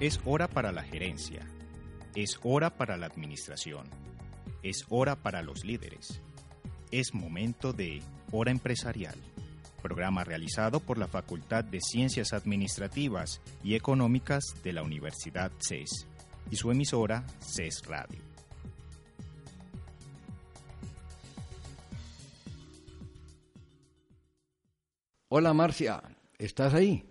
Es hora para la gerencia. Es hora para la administración. Es hora para los líderes. Es momento de Hora Empresarial, programa realizado por la Facultad de Ciencias Administrativas y Económicas de la Universidad CES y su emisora CES Radio. Hola Marcia, ¿estás ahí?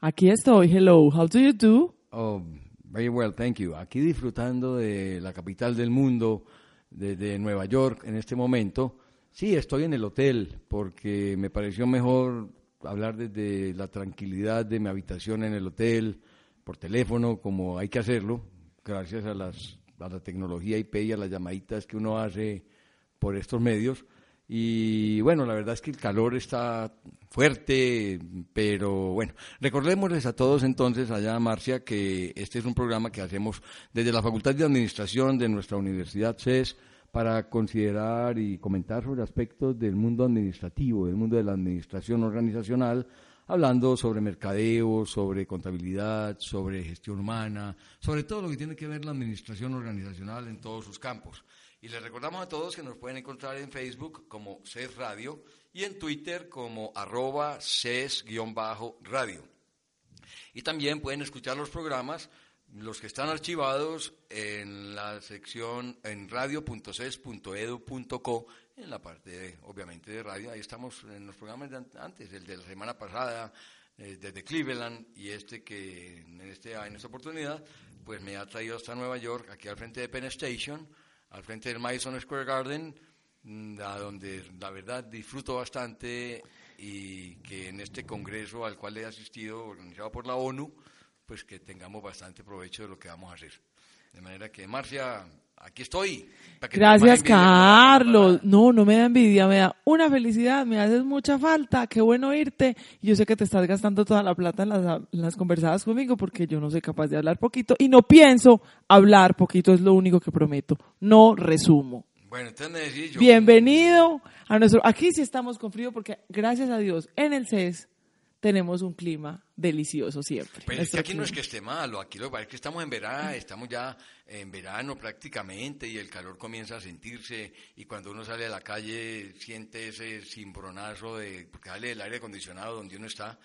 Aquí estoy. Hello, how do you do? Oh, very well, thank you. Aquí disfrutando de la capital del mundo, desde Nueva York en este momento. Sí, estoy en el hotel porque me pareció mejor hablar desde la tranquilidad de mi habitación en el hotel, por teléfono, como hay que hacerlo, gracias a, las, a la tecnología IP y a las llamaditas que uno hace por estos medios. Y bueno, la verdad es que el calor está fuerte, pero bueno, recordémosles a todos entonces, allá Marcia, que este es un programa que hacemos desde la Facultad de Administración de nuestra Universidad CES para considerar y comentar sobre aspectos del mundo administrativo, del mundo de la administración organizacional, hablando sobre mercadeo, sobre contabilidad, sobre gestión humana, sobre todo lo que tiene que ver la administración organizacional en todos sus campos. Y les recordamos a todos que nos pueden encontrar en Facebook como CES Radio y en Twitter como arroba CES-radio. Y también pueden escuchar los programas, los que están archivados en la sección en radio.ces.edu.co, en la parte, de, obviamente, de radio. Ahí estamos en los programas de an- antes, el de la semana pasada, eh, desde Cleveland, y este que en, este, en esta oportunidad, pues me ha traído hasta Nueva York, aquí al frente de Penn Station al frente del Madison Square Garden, mm, a donde la verdad disfruto bastante y que en este congreso al cual he asistido, organizado por la ONU, pues que tengamos bastante provecho de lo que vamos a hacer. De manera que, Marcia, aquí estoy. para que no Gracias, me envidien por la Carlos. cámara. No, no me da envidia, me da una felicidad, me haces mucha falta. Qué bueno oírte. Yo sé que te estás gastando toda la plata en las, en las conversadas conmigo porque yo no soy capaz de hablar poquito y no pienso hablar poquito, es lo único que prometo. No resumo. Bueno, entonces me decís yo. Bienvenido a nuestro. Aquí sí estamos con frío porque, gracias a Dios, en el CES tenemos un clima delicioso siempre. Pues es que Nuestro aquí no es que clima. esté malo, aquí lo que pasa es que estamos en verano, estamos ya en verano prácticamente y el calor comienza a sentirse y cuando uno sale a la calle siente ese cimbronazo de porque sale del aire acondicionado donde uno está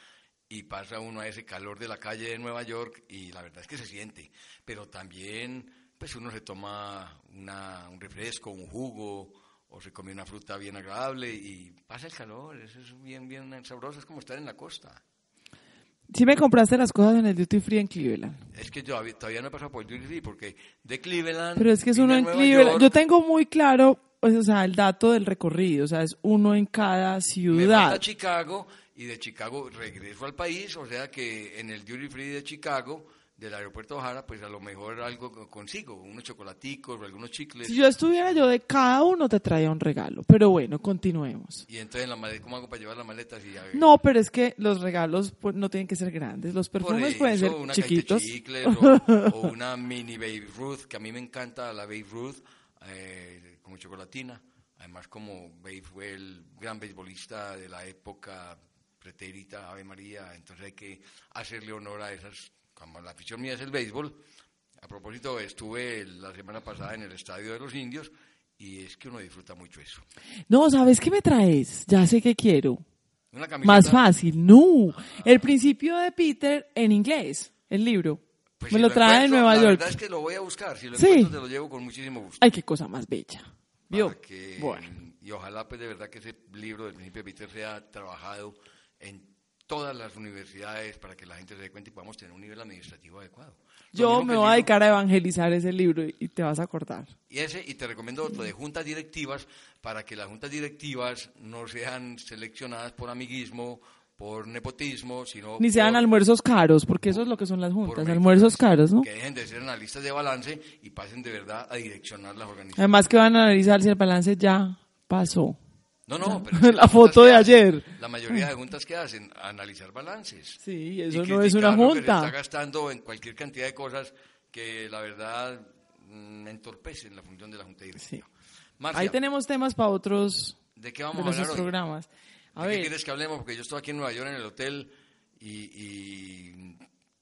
y pasa uno a ese calor de la calle de Nueva York y la verdad es que se siente, pero también pues uno se toma una- un refresco, un jugo o se come una fruta bien agradable y pasa el calor, eso es bien bien sabroso, es como estar en la costa. Sí me compraste las cosas en el Duty Free en Cleveland. Es que yo había- todavía no he pasado por Duty Free porque de Cleveland. Pero es que es vine uno a en Nueva Cleveland. York, Yo tengo muy claro, pues, o sea, el dato del recorrido. O sea, es uno en cada me mando a ciudad. Chicago y de Chicago regreso al país. O sea que en el Duty Free de Chicago, del aeropuerto de O'Hara, pues a lo mejor algo co- consigo, unos chocolaticos o algunos chicles. Si yo estuviera yo de cada uno te traía un regalo. Pero bueno, continuemos. Y entonces, en la maleta, ¿cómo hago para llevar las maletas? Y, ya- No, pero es que los regalos pues, no tienen que ser grandes. Los Por perfumes eso, pueden ser una cajita de chiquitos. chicles o, o una mini Baby Ruth, que a mí me encanta la Baby Ruth, eh, como chocolatina. Además, como Babe fue el gran beisbolista de la época pretérita, Ave María, entonces hay que hacerle honor a esas. Como la afición mía es el béisbol, a propósito, estuve la semana pasada en el Estadio de los Indios y es que uno disfruta mucho eso. No, ¿sabes qué me traes? Ya sé que quiero. Una camiseta- Más fácil, no. El principio de Peter en inglés, el libro. Pues, Me si lo trae de encuentro, Nueva la York. verdad es que lo voy a buscar. Si lo Sí. encuentro, te lo llevo con muchísimo gusto. Ay, qué cosa más bella. Ah, ¿Vio? para que- Bueno. Y ojalá, pues, de verdad que ese libro del principio de Peter sea trabajado en todas las universidades para que la gente se dé cuenta y podamos tener un nivel administrativo adecuado. Lo Yo mismo que me el voy a libro- dedicar a evangelizar ese libro y te vas a acordar. Y ese, y te recomiendo otro de juntas directivas para que las juntas directivas no sean seleccionadas por amiguismo, por nepotismo, sino. Ni sean por- almuerzos caros, porque eso es lo que son las por juntas, méritos, almuerzos caros, ¿no? Que dejen de ser analistas de balance y pasen de verdad a direccionar las organizaciones. Además que van a analizar si el balance ya pasó. No, no, pero La las foto juntas de que hacen, ayer. La mayoría de juntas que hacen, analizar balances. Sí, Y eso no es criticar una lo que se está junta. gastando en cualquier cantidad de cosas que la verdad mm, entorpecen la función de la junta directiva. Marcia, Ahí tenemos temas para otros ¿de qué de vamos a nuestros hablar hoy? programas. A ¿De qué ver, quieres que hablemos? Porque yo estoy aquí en Nueva York en el hotel y, y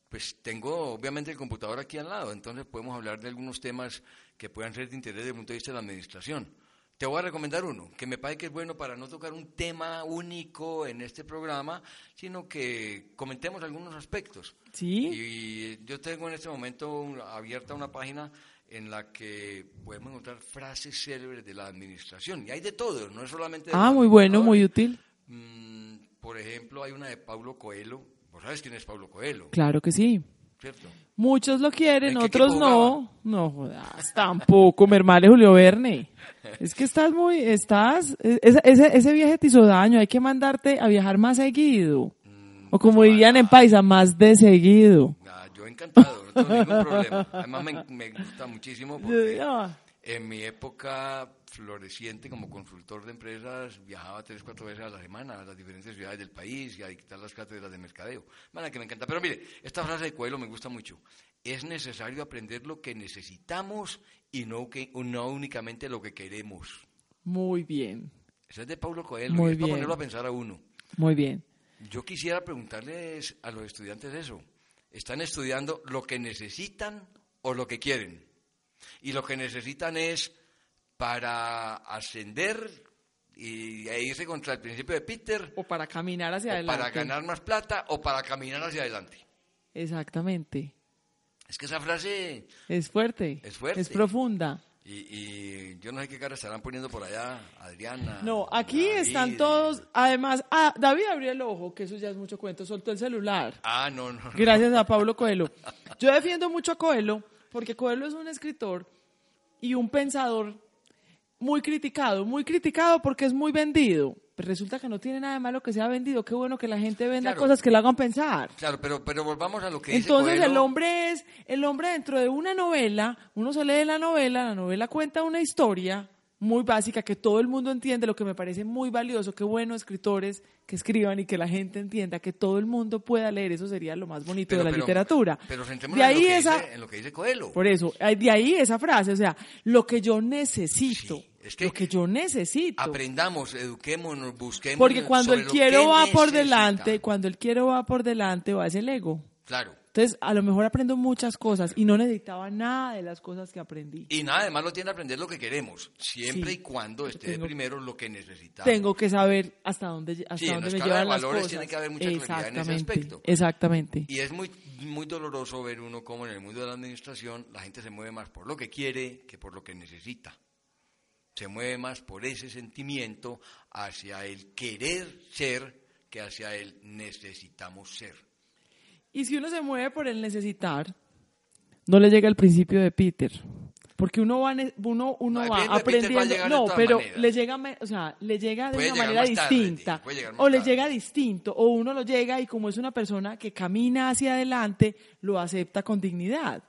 pues tengo obviamente el computador aquí al lado, entonces podemos hablar de algunos temas que puedan ser de interés desde el punto de vista de la administración. Te voy a recomendar uno, que me parece que es bueno para no tocar un tema único en este programa, sino que comentemos algunos aspectos. Sí. Y yo tengo en este momento un- abierta una página en la que podemos encontrar frases célebres de la administración. Y hay de todo, no es solamente... de Ah, los muy bueno, muy administradores. útil. Mm, por ejemplo, hay una de Pablo Coelho. ¿Vos sabes quién es Pablo Coelho? Claro que sí. ¿Cierto? Muchos lo quieren, ¿En qué otros equipo no. No jodas, tampoco, mi hermano Julio Verne. Es que estás muy, estás, e- ese, ese- ese viaje te hizo daño, hay que mandarte a viajar más seguido. O como dirían en Paisa, más de seguido. Ah, yo encantado, no tengo ningún problema. Además me, me gusta muchísimo porque Ah, en mi época floreciente como consultor de empresas viajaba tres, cuatro veces a la semana a las diferentes ciudades del país y a dictar las cátedras de mercadeo. Bueno, que me encanta. Pero mire, esta frase de Coelho me gusta mucho. Es necesario aprender lo que necesitamos y no, que, no únicamente lo que queremos. Muy bien, Esa es de Pablo Coelho y Muy es para bien. ponerlo a pensar a uno. muy bien. Yo quisiera preguntarles a los estudiantes eso. ¿Están estudiando lo que necesitan o lo que quieren? Y lo que necesitan es para ascender y, e irse contra el principio de Peter, O para caminar o hacia adelante. para ganar más plata o para caminar hacia adelante. Exactamente. Es que esa frase, Es fuerte. Es fuerte. Es profunda. y, y yo no sé qué cara estarán poniendo por allá, Adriana. No, aquí Ah, David. están todos. Además, ah, David abrió el ojo, que eso ya es mucho cuento, soltó el celular. Ah, no, no. no. Gracias a Pablo Coelho. Yo defiendo mucho a Coelho porque Coelho es un escritor y un pensador muy criticado, muy criticado porque es muy vendido. Pero resulta que no tiene nada de malo que sea vendido. Qué bueno que la gente venda Claro. cosas que la hagan pensar. Claro, pero, pero volvamos a lo que dice Entonces el Coelho. hombre es, el hombre dentro de una novela, uno se lee la novela, la novela cuenta una historia muy básica que todo el mundo entiende, lo que me parece muy valioso, qué bueno escritores que escriban y que la gente entienda, que todo el mundo pueda leer, eso sería lo más bonito de la literatura. Pero centrémonos de ahí en, lo que esa, dice, en lo que dice Coelho. por eso, eh, de ahí esa frase, o sea, lo que yo necesito, Sí, es que lo que yo necesito. Aprendamos, eduquémonos, busquemos. Porque cuando sobre el lo quiero que va por necesita. delante, cuando el quiero va por delante va ese el ego. Claro. Entonces, a lo mejor aprendo muchas cosas y no necesitaba nada de las cosas que aprendí. Y nada de malo tiene aprender lo que queremos, siempre Sí. y cuando esté Tengo- primero lo que necesitamos. Tengo que saber hasta dónde, lle- hasta Sí, en dónde la me escala de llevan las valores cosas. tiene que haber mucha claridad en ese Exactamente, aspecto. pues. Exactamente. Y es muy, muy doloroso ver uno como en el mundo de la administración la gente se mueve más por lo que quiere que por lo que necesita. Se mueve más por ese sentimiento hacia el querer ser que hacia el necesitamos ser. Y si uno se mueve por el necesitar, no le llega el principio de Peter. Porque uno va, ne- uno, uno No, va el principio de Peter va a aprendiendo. llegar de no, todas pero maneras. le llega, me- o sea, le llega de Puede una llegar manera más tarde, distinta. puede llegar más o le tarde. llega distinto. O uno lo llega y como es una persona que camina hacia adelante, lo acepta con dignidad.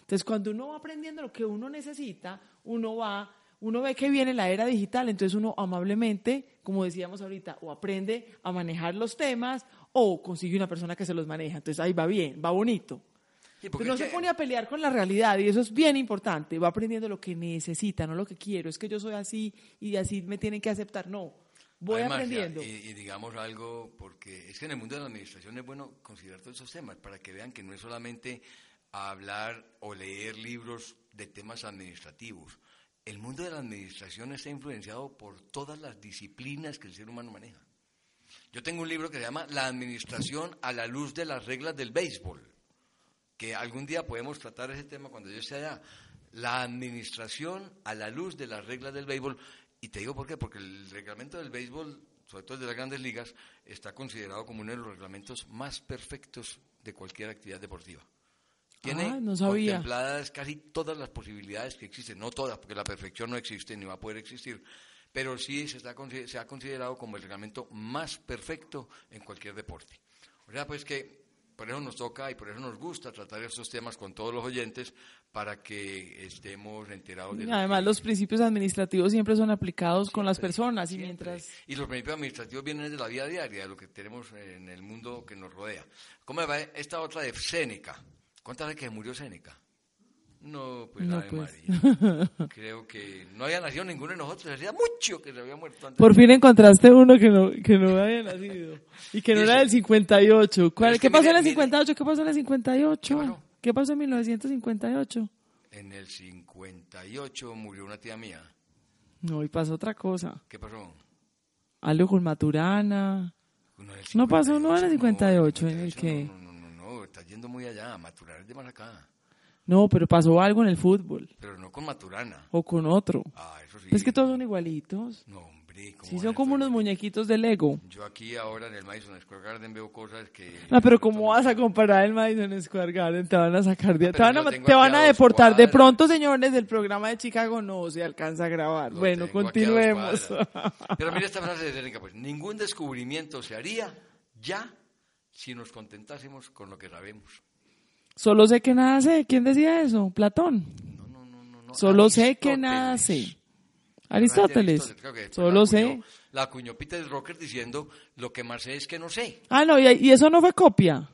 Entonces, cuando uno va aprendiendo lo que uno necesita, uno va, uno ve que viene la era digital, entonces uno amablemente, como decíamos ahorita, o aprende a manejar los temas o consigue una persona que se los maneja. Entonces, ahí va bien, va bonito. Sí, porque Pero no es se que- pone a pelear con la realidad y eso es bien importante. Va aprendiendo lo que necesita, no lo que quiero. Es que yo soy así y así me tienen que aceptar. No, voy Además, ya, eh, aprendiendo. y, y digamos algo, porque es que en el mundo de la administración es bueno considerar todos esos temas para que vean que no es solamente hablar o leer libros de temas administrativos. El mundo de la administración está influenciado por todas las disciplinas que el ser humano maneja. Yo tengo un libro que se llama La administración a la luz de las reglas del béisbol, que algún día podemos tratar ese tema cuando yo esté allá. La administración a la luz de las reglas del béisbol. Y te digo por qué, porque el reglamento del béisbol, sobre todo el de las grandes ligas, está considerado como uno de los reglamentos más perfectos de cualquier actividad deportiva. Tiene Ah, no sabía. contempladas casi todas las posibilidades que existen, no todas, porque la perfección no existe ni va a poder existir, pero sí se, está, consi- se ha considerado como el reglamento más perfecto en cualquier deporte. O sea, pues que por eso nos toca y por eso nos gusta tratar estos temas con todos los oyentes para que estemos enterados de lo Además, que- los principios administrativos siempre son aplicados con las personas y Siempre. mientras... Y los principios administrativos vienen de la vida diaria, de lo que tenemos en el mundo que nos rodea. ¿Cómo va esta otra de Séneca? ¿Cuántas veces que murió Séneca? No, pues No, Ave pues. María. Creo que no había nacido ninguno de nosotros. Hacía mucho que se había muerto antes. Por fin encontraste uno que no, que no había nacido y que no Dice- era del 58. ¿Cuál- Pero es ¿Qué que pasó mire, en el mire. 58? ¿Qué pasó en el 58? Claro. ¿Qué pasó en 1958? En el 58 murió una tía mía. No, y pasó otra cosa. ¿Qué pasó? Algo con Maturana. Uno del No pasó, no era el 58, 58, en el que- No, no, no, no, no, está yendo muy allá. Maturana es de más acá. No, pero pasó algo en el fútbol Pero no con Maturana. o con otro. Ah, eso sí. Pues Es que todos son igualitos. No, hombre. ¿cómo Sí, van son a como estar- unos muñequitos de Lego. Yo aquí ahora en el Madison Square Garden veo cosas que... No, Ah, pero ¿cómo vas a comparar el Madison Square Garden? Te van a sacar de... Ah, Te pero van a, yo tengo te aquí van a a dos deportar. De cuadras. pronto, señores, del programa de Chicago no se alcanza a grabar. Lo bueno, tengo aquí a dos continuemos. cuadras. Pero mira esta frase de Seneca, pues, ningún descubrimiento se haría ya si nos contentásemos con lo que sabemos. Solo sé que nada sé. ¿Quién decía eso? Platón. No, no, no, no. no. Solo sé que Aristóteles. nada sé. Aristóteles, Aristóteles. creo que después la Solo sé. acuñó- La acuñó Peter Rocker diciendo, lo que más sé es que no sé. Ah, no, y, y eso no fue copia.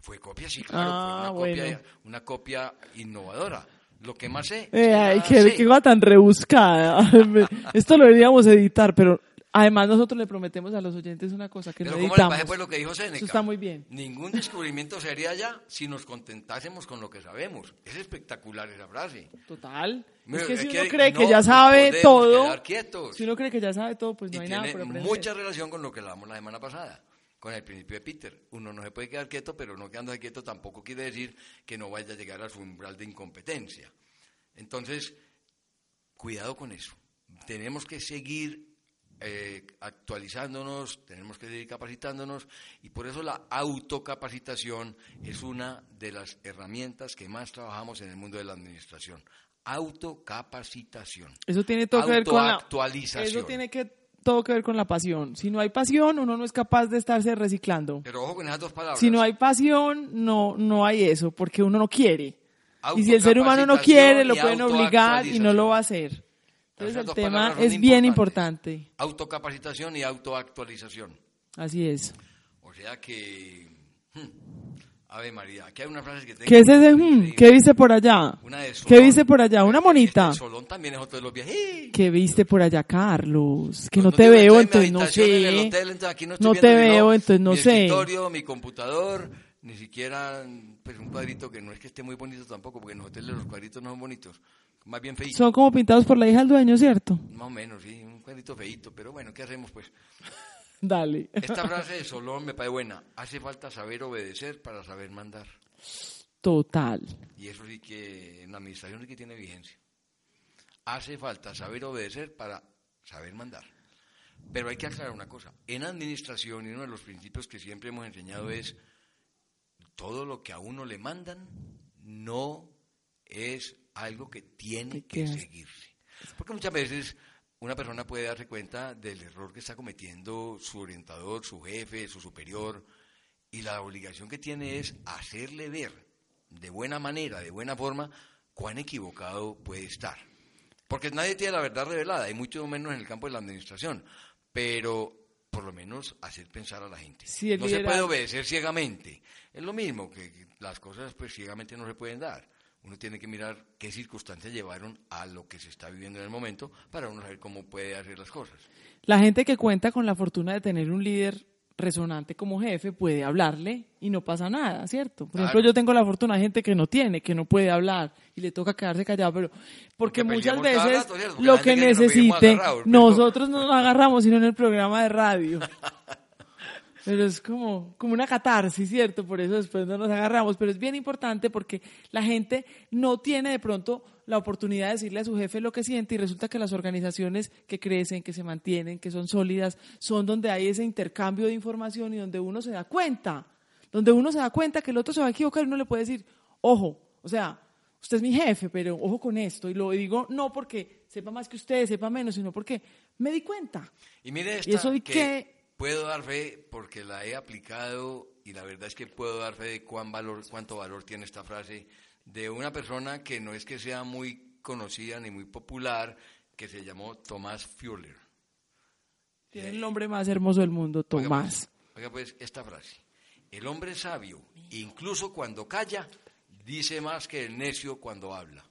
Fue copia, sí, claro, Ah, fue una, bueno. copia, una copia innovadora. Lo que más sé... es que Eh, ay, nada qué, sé. qué cosa tan rebuscada. Me- Esto lo deberíamos editar, pero además nosotros le prometemos a los oyentes una cosa que Pero no ¿cómo les editamos. parece pues lo que dijo Seneca? Eso está muy bien. Ningún descubrimiento sería ya si nos contentásemos con lo que sabemos. Es espectacular esa frase. Total. Mira, es que si es uno que cree no que ya nos sabe podemos todo, quedar quietos. si uno cree que ya sabe todo, pues no y hay nada tiene por aprender. mucha relación con lo que hablamos la semana pasada, con el principio de Peter. Uno no se puede quedar quieto, pero no quedándose quieto tampoco quiere decir que no vaya a llegar a su umbral de incompetencia. Entonces, cuidado con eso. Tenemos que seguir eh, actualizándonos, tenemos que seguir capacitándonos y por eso la autocapacitación es una de las herramientas que más trabajamos en el mundo de la administración. Autocapacitación. Eso tiene todo que ver con la Autoactualización. Eso tiene que todo que ver con la pasión. Si no hay pasión, uno no es capaz de estarse reciclando. Pero ojo con esas dos palabras. Si no hay pasión, no no hay eso, porque uno no quiere. Y si el ser humano no quiere, lo pueden obligar y no lo va a hacer. Entonces Esas el dos tema palabras son es bien importantes. importante. Autocapacitación y autoactualización. Así es. O sea que. hmm, Ave María, aquí hay una frase que tengo. ¿Qué es ese? hmm, increíble. ¿Qué viste por allá? Una de Solón. ¿Qué viste por allá? Una monita. Este Solón también es otro de los viajes. ¡Eh! ¿Qué viste por allá, Carlos? Que no, digo, te veo, estoy entonces en mi no habitación, sé. en el hotel, entonces aquí no estoy no viendo te sino veo, entonces no mi sé. escritorio, mi computador, ni siquiera pues, un cuadrito que no es que esté muy bonito tampoco, porque en los hoteles los cuadritos no son bonitos, más bien feitos. Son como pintados por la hija del dueño, ¿cierto? Más o menos, sí, un cuadrito feito, pero bueno, ¿qué hacemos pues? Dale. Esta frase de Solón me parece buena. Hace falta saber obedecer para saber mandar. Total. Y eso sí que en la administración sí que tiene vigencia. Hace falta saber obedecer para saber mandar. Pero hay que aclarar una cosa. En administración, y uno de los principios que siempre hemos enseñado es todo lo que a uno le mandan no es algo que tiene Que que tienes- seguirse. Porque muchas veces una persona puede darse cuenta del error que está cometiendo su orientador, su jefe, su superior, y la obligación que tiene es hacerle ver de buena manera, de buena forma, cuán equivocado puede estar. Porque nadie tiene la verdad revelada, y mucho menos en el campo de la administración, pero por lo menos hacer pensar a la gente. Sí, el no se puede liderazgo. obedecer ciegamente. Es lo mismo que que las cosas pues ciegamente no se pueden dar. Uno tiene que mirar qué circunstancias llevaron a lo que se está viviendo en el momento para uno saber cómo puede hacer las cosas. La gente que cuenta con la fortuna de tener un líder resonante como jefe puede hablarle y no pasa nada, ¿cierto? Por ejemplo, Claro. yo tengo la fortuna de gente que no tiene, que no puede hablar y le toca quedarse callado, pero porque Porque muchas peleamos cada veces rato, ¿cierto? Porque la lo gente que cree que nos necesite, vivimos agarrados, pero- nosotros no nos agarramos sino en el programa de radio. Pero es como, como una catarsis, ¿cierto? Por eso después no nos agarramos. Pero es bien importante porque la gente no tiene de pronto la oportunidad de decirle a su jefe lo que siente y resulta que las organizaciones que crecen, que se mantienen, que son sólidas, son donde hay ese intercambio de información y donde uno se da cuenta, donde uno se da cuenta que el otro se va a equivocar y uno le puede decir, ojo, o sea, usted es mi jefe, pero ojo con esto. Y lo digo no porque sepa más que usted, sepa menos, sino porque me di cuenta. Y mire esta ¿Y eso y que qué? puedo dar fe porque la he aplicado y la verdad es que puedo dar fe de cuán valor, cuánto valor tiene esta frase de una persona que no es que sea muy conocida ni muy popular, que se llamó Tomás Fuller. Tiene el nombre más hermoso del mundo, Oiga, Tomás. pues, Oiga pues, esta frase. El hombre sabio, incluso cuando calla, dice más que el necio cuando habla.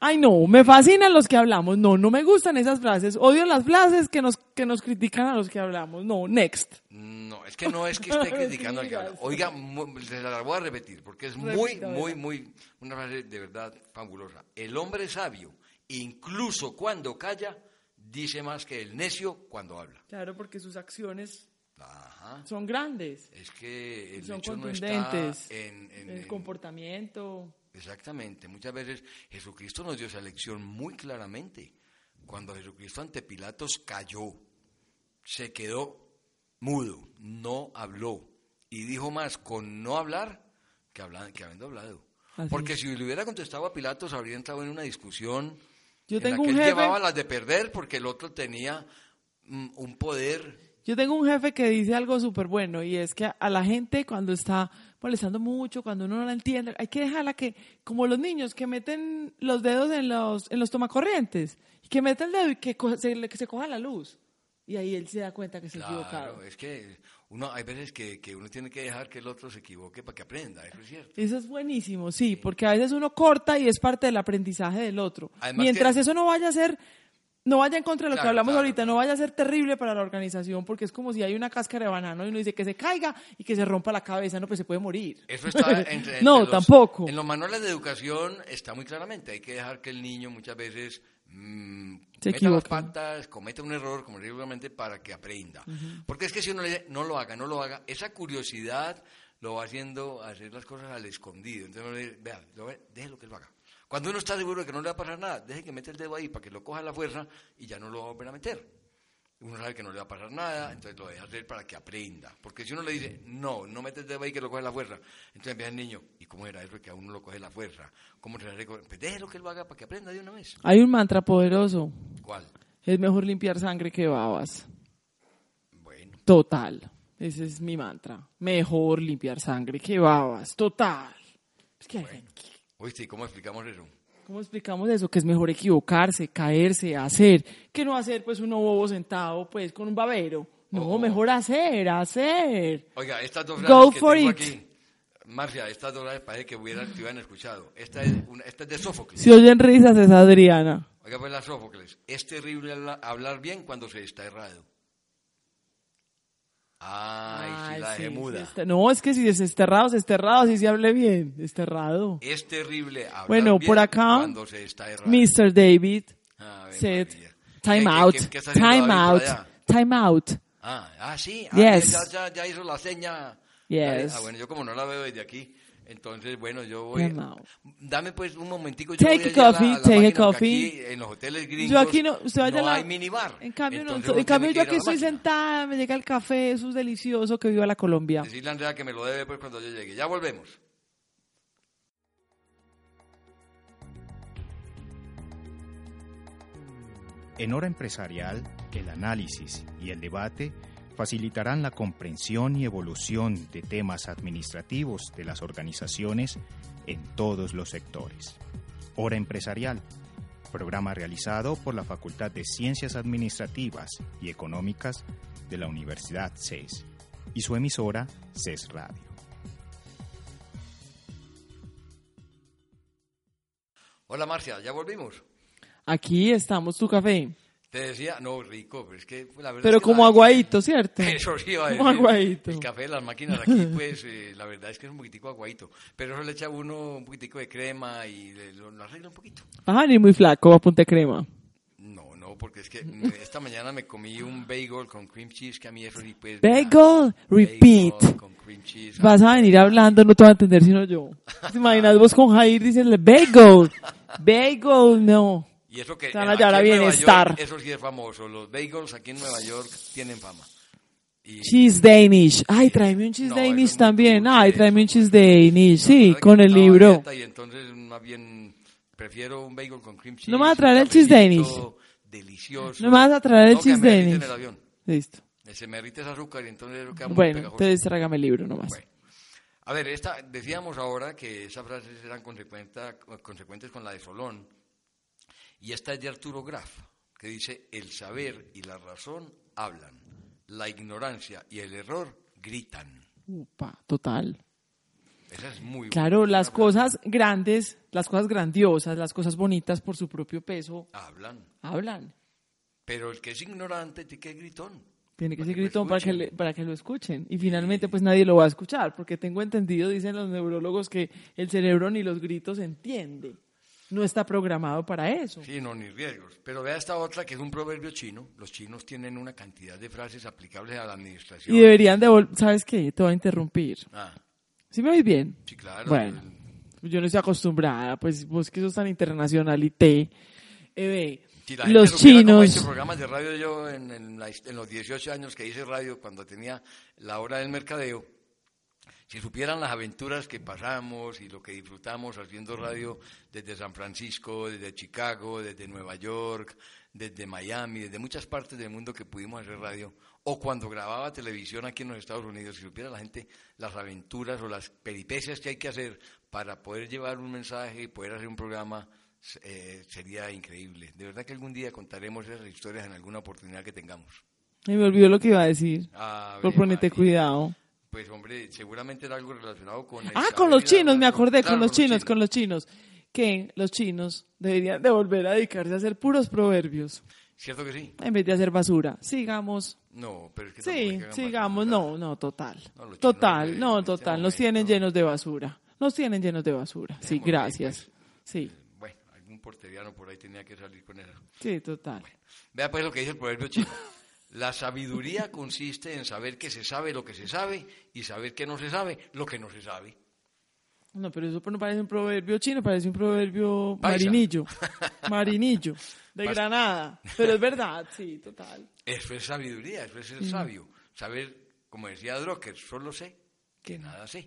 Ay, no, me fascinan los que hablamos. No, no me gustan esas frases. Odio las frases que nos, que nos critican a los que hablamos. No, next. No, es que no es que esté criticando al que habla. Oiga, mu- se la voy a repetir porque es muy, Repita, muy, muy, una frase de verdad fabulosa. El hombre sabio, incluso cuando calla, dice más que el necio cuando habla. Claro, porque sus acciones Ajá. son grandes. Es que el Son hecho no está contundentes. en, en- el en- comportamiento. Exactamente, muchas veces Jesucristo nos dio esa lección muy claramente. Cuando Jesucristo ante Pilatos cayó, se quedó mudo, no habló. Y dijo más con no hablar que, habla- que habiendo hablado. Así Porque es. si le hubiera contestado a Pilatos, habría entrado en una discusión Yo en la tengo que un él jefe- llevaba las de perder porque el otro tenía mm, un poder. Yo tengo un jefe que dice algo súper bueno y es que a- a la gente cuando está molestando mucho, cuando uno no la entiende, hay que dejarla que, como los niños que meten los dedos en los, en los tomacorrientes, y que meten el dedo y que, co- se, le- que se coja la luz. Y ahí él se da cuenta que se Claro, equivocado. es que uno, hay veces que, que uno tiene que dejar que el otro se equivoque para que aprenda, eso es cierto. Eso es buenísimo, sí, porque a veces uno corta y es parte del aprendizaje del otro. Además Mientras que- eso no vaya a ser, no vaya en contra de lo que Claro, hablamos claro, ahorita, no vaya a ser terrible para la organización, porque es como si hay una cáscara de banano y uno dice que se caiga y que se rompa la cabeza, no, pues se puede morir. Eso está entre, entre no, los- tampoco. En los manuales de educación está muy claramente. Hay que dejar que el niño muchas veces mm, Se meta las equivoque. patas, cometa un error, como digo, obviamente, para que aprenda. Porque es que si uno le dice, no lo haga, no lo haga, esa curiosidad lo va haciendo hacer las cosas al escondido. Entonces uno le dice, vea, lo ve- déjelo que lo haga. Cuando uno está seguro de que no le va a pasar nada, deje que meta el dedo ahí para que lo coja la fuerza y ya no lo va a volver a meter. Uno sabe que no le va a pasar nada, entonces lo deja hacer para que aprenda. Porque si uno le dice, no, no metes dedo ahí que lo coge la fuerza, entonces empieza el niño, ¿y cómo era eso que a uno lo coge la fuerza? ¿Cómo se la recoge? Pues déjelo que lo haga para que aprenda de una vez. Hay un mantra poderoso, ¿Cuál? es mejor limpiar sangre que babas. Bueno, Total, ese es mi mantra. Mejor limpiar sangre que babas, total. Es que hay gente que- oíste, ¿y cómo explicamos eso? ¿Cómo explicamos eso? Que es mejor equivocarse, caerse, hacer, que no hacer pues uno bobo sentado pues con un babero. No, Oh. mejor hacer, hacer. Oiga, estas dos Go frases que for tengo it. aquí, Marcia, estas dos frases parece que hubieran, te hubieran escuchado. Esta es, una- esta es de Sófocles. Si oyen risas es Adriana. Oiga, pues la Sófocles, es terrible habla- hablar bien cuando se está errado. Ay, sí, la dejé sí, muda. sí está- No, es que si es esterrado, es esterrado, si se hable bien, esterrado. Es terrible hablar Bueno, bien por acá, cuando se está errado. Mr. David Ave said, María. ¿Qué- time qué- out, qué- qué está haciendo time David out, por allá? time out. Ah, ah, sí. ah, Yes. ya, ya, ya hizo la seña. Yes. Ah, bueno, yo como no la veo desde aquí, entonces, bueno, yo voy... Time out. Dame pues un momentico. yo Take voy a ir la- coffee, la take a máquina, porque coffee. aquí en los hoteles gringos Yo aquí no, usted vaya a no la- hay minibar. En cambio, no, Entonces uno en cambio tiene yo que ir aquí a la estoy máquina. sentada, me llega el café, eso es delicioso, que viva la Colombia. Decirle a Andrea que me lo debe pues cuando yo llegue. Ya volvemos. En Hora Empresarial, el análisis y el debate facilitarán la comprensión y evolución de temas administrativos de las organizaciones en todos los sectores. Hora Empresarial, programa realizado por la Facultad de Ciencias Administrativas y Económicas de la Universidad CES y su emisora CES Radio. Hola, Marcia, ya volvimos. Aquí estamos, tu café. Te decía, no, rico, pero es que pues, la verdad Pero es que la- como aguadito, ¿cierto? Eso sí iba a Como decir. aguadito. El café de las máquinas aquí, pues, eh, la verdad es que es un poquitico aguadito. Pero eso le echa uno un poquitico de crema y le- lo, lo arregla un poquito. Ajá, ni muy flaco, a punta de crema. No, no, porque es que me- esta mañana me comí un bagel con cream cheese, que a mí eso sí, pues... Bagel, repeat. Bagel con cream cheese. Vas a venir hablando, no te va a entender sino yo. ¿Te imaginas vos con Jair diciéndole bagel? Bagel, no. Y eso que... Te van a aquí llevar a en Nueva bienestar. York, eso sí es famoso. Los bagels aquí en Nueva York tienen fama. Y, Cheese Danish. Ay, tráeme un cheese No, eso es Danish muy también. dulce, Ay, eso tráeme un es cheese muy dulce. Danish. Sí, Ahora que con el estaba libro. dieta Y entonces, más bien, prefiero un bagel con cream cheese. No me vas a traer un el cheese cafecito Delicioso. No me vas a traer el No, que cheese me derrite Danish. en el avión. Listo. Se me derrite ese azúcar y entonces queda muy Bueno, pegajoso. entonces trágame el libro nomás. Bueno. A ver, esta, decíamos ahora que esas frases eran consecuenta- consecuentes con la de Solón. Y esta es de Arturo Graf, que dice, el saber y la razón hablan, la ignorancia y el error gritan. Upa, total. Esa es muy Claro, buena. las cosas grandes, las cosas grandiosas, las cosas bonitas por su propio peso Hablan. hablan. Pero el que es ignorante tiene que gritón. Tiene que Para ser que lo gritón para que, escuchen. le- para que lo escuchen. Y finalmente, pues nadie lo va a escuchar, porque tengo entendido, dicen los neurólogos, que el cerebro ni los gritos entiende. No está programado para eso. Sí, no, ni riesgos. Pero vea esta otra que es un proverbio chino. Los chinos tienen una cantidad de frases aplicables a la administración. Y deberían de... vol- ¿Sabes qué? Te voy a interrumpir. Ah, ¿Sí me oís bien? sí, claro. Bueno, yo no estoy acostumbrada, pues vos que sos tan internacional y te... eh, ve, Si la gente los supiera cómo he hecho chinos... programas de radio yo en, en la his- en los 18 años que hice radio cuando tenía la hora del mercadeo. Si supieran las aventuras que pasamos y lo que disfrutamos haciendo radio desde San Francisco, desde Chicago, desde Nueva York, desde Miami, desde muchas partes del mundo que pudimos hacer radio, o cuando grababa televisión aquí en los Estados Unidos, si supiera la gente las aventuras o las peripecias que hay que hacer para poder llevar un mensaje y poder hacer un programa, eh, sería increíble. De verdad que algún día contaremos esas historias en alguna oportunidad que tengamos. Ay, Me olvidó lo que iba a decir. A Por ver, ponerte María. cuidado. Pues hombre, seguramente era algo relacionado con... el Ah, saber con los chinos, me hablar, acordé, claro, con los chinos, con los chinos. Que los chinos deberían de volver a dedicarse a hacer puros proverbios ¿Cierto que sí? en vez de hacer basura. Sigamos. No, pero es que... tampoco Sí, es que hagan sigamos. basura. No, no, total. No, los chinos Total, de- no, en este total. Nos tienen momento- llenos de basura. Nos tienen llenos de basura. Sí, Dejémoslo ahí, gracias. pues. Sí, Bueno, algún porteriano por ahí tenía que salir con eso. sí, total. Vea pues lo que dice el proverbio chino. La sabiduría consiste en saber que se sabe lo que se sabe y saber que no se sabe lo que no se sabe. No, pero eso no parece un proverbio chino, parece un proverbio Paisa. marinillo. Marinillo. De Pas- Granada. Pero es verdad, sí, total. Eso es sabiduría, eso es ser sabio. Saber, como decía Drucker, solo sé que nada sé.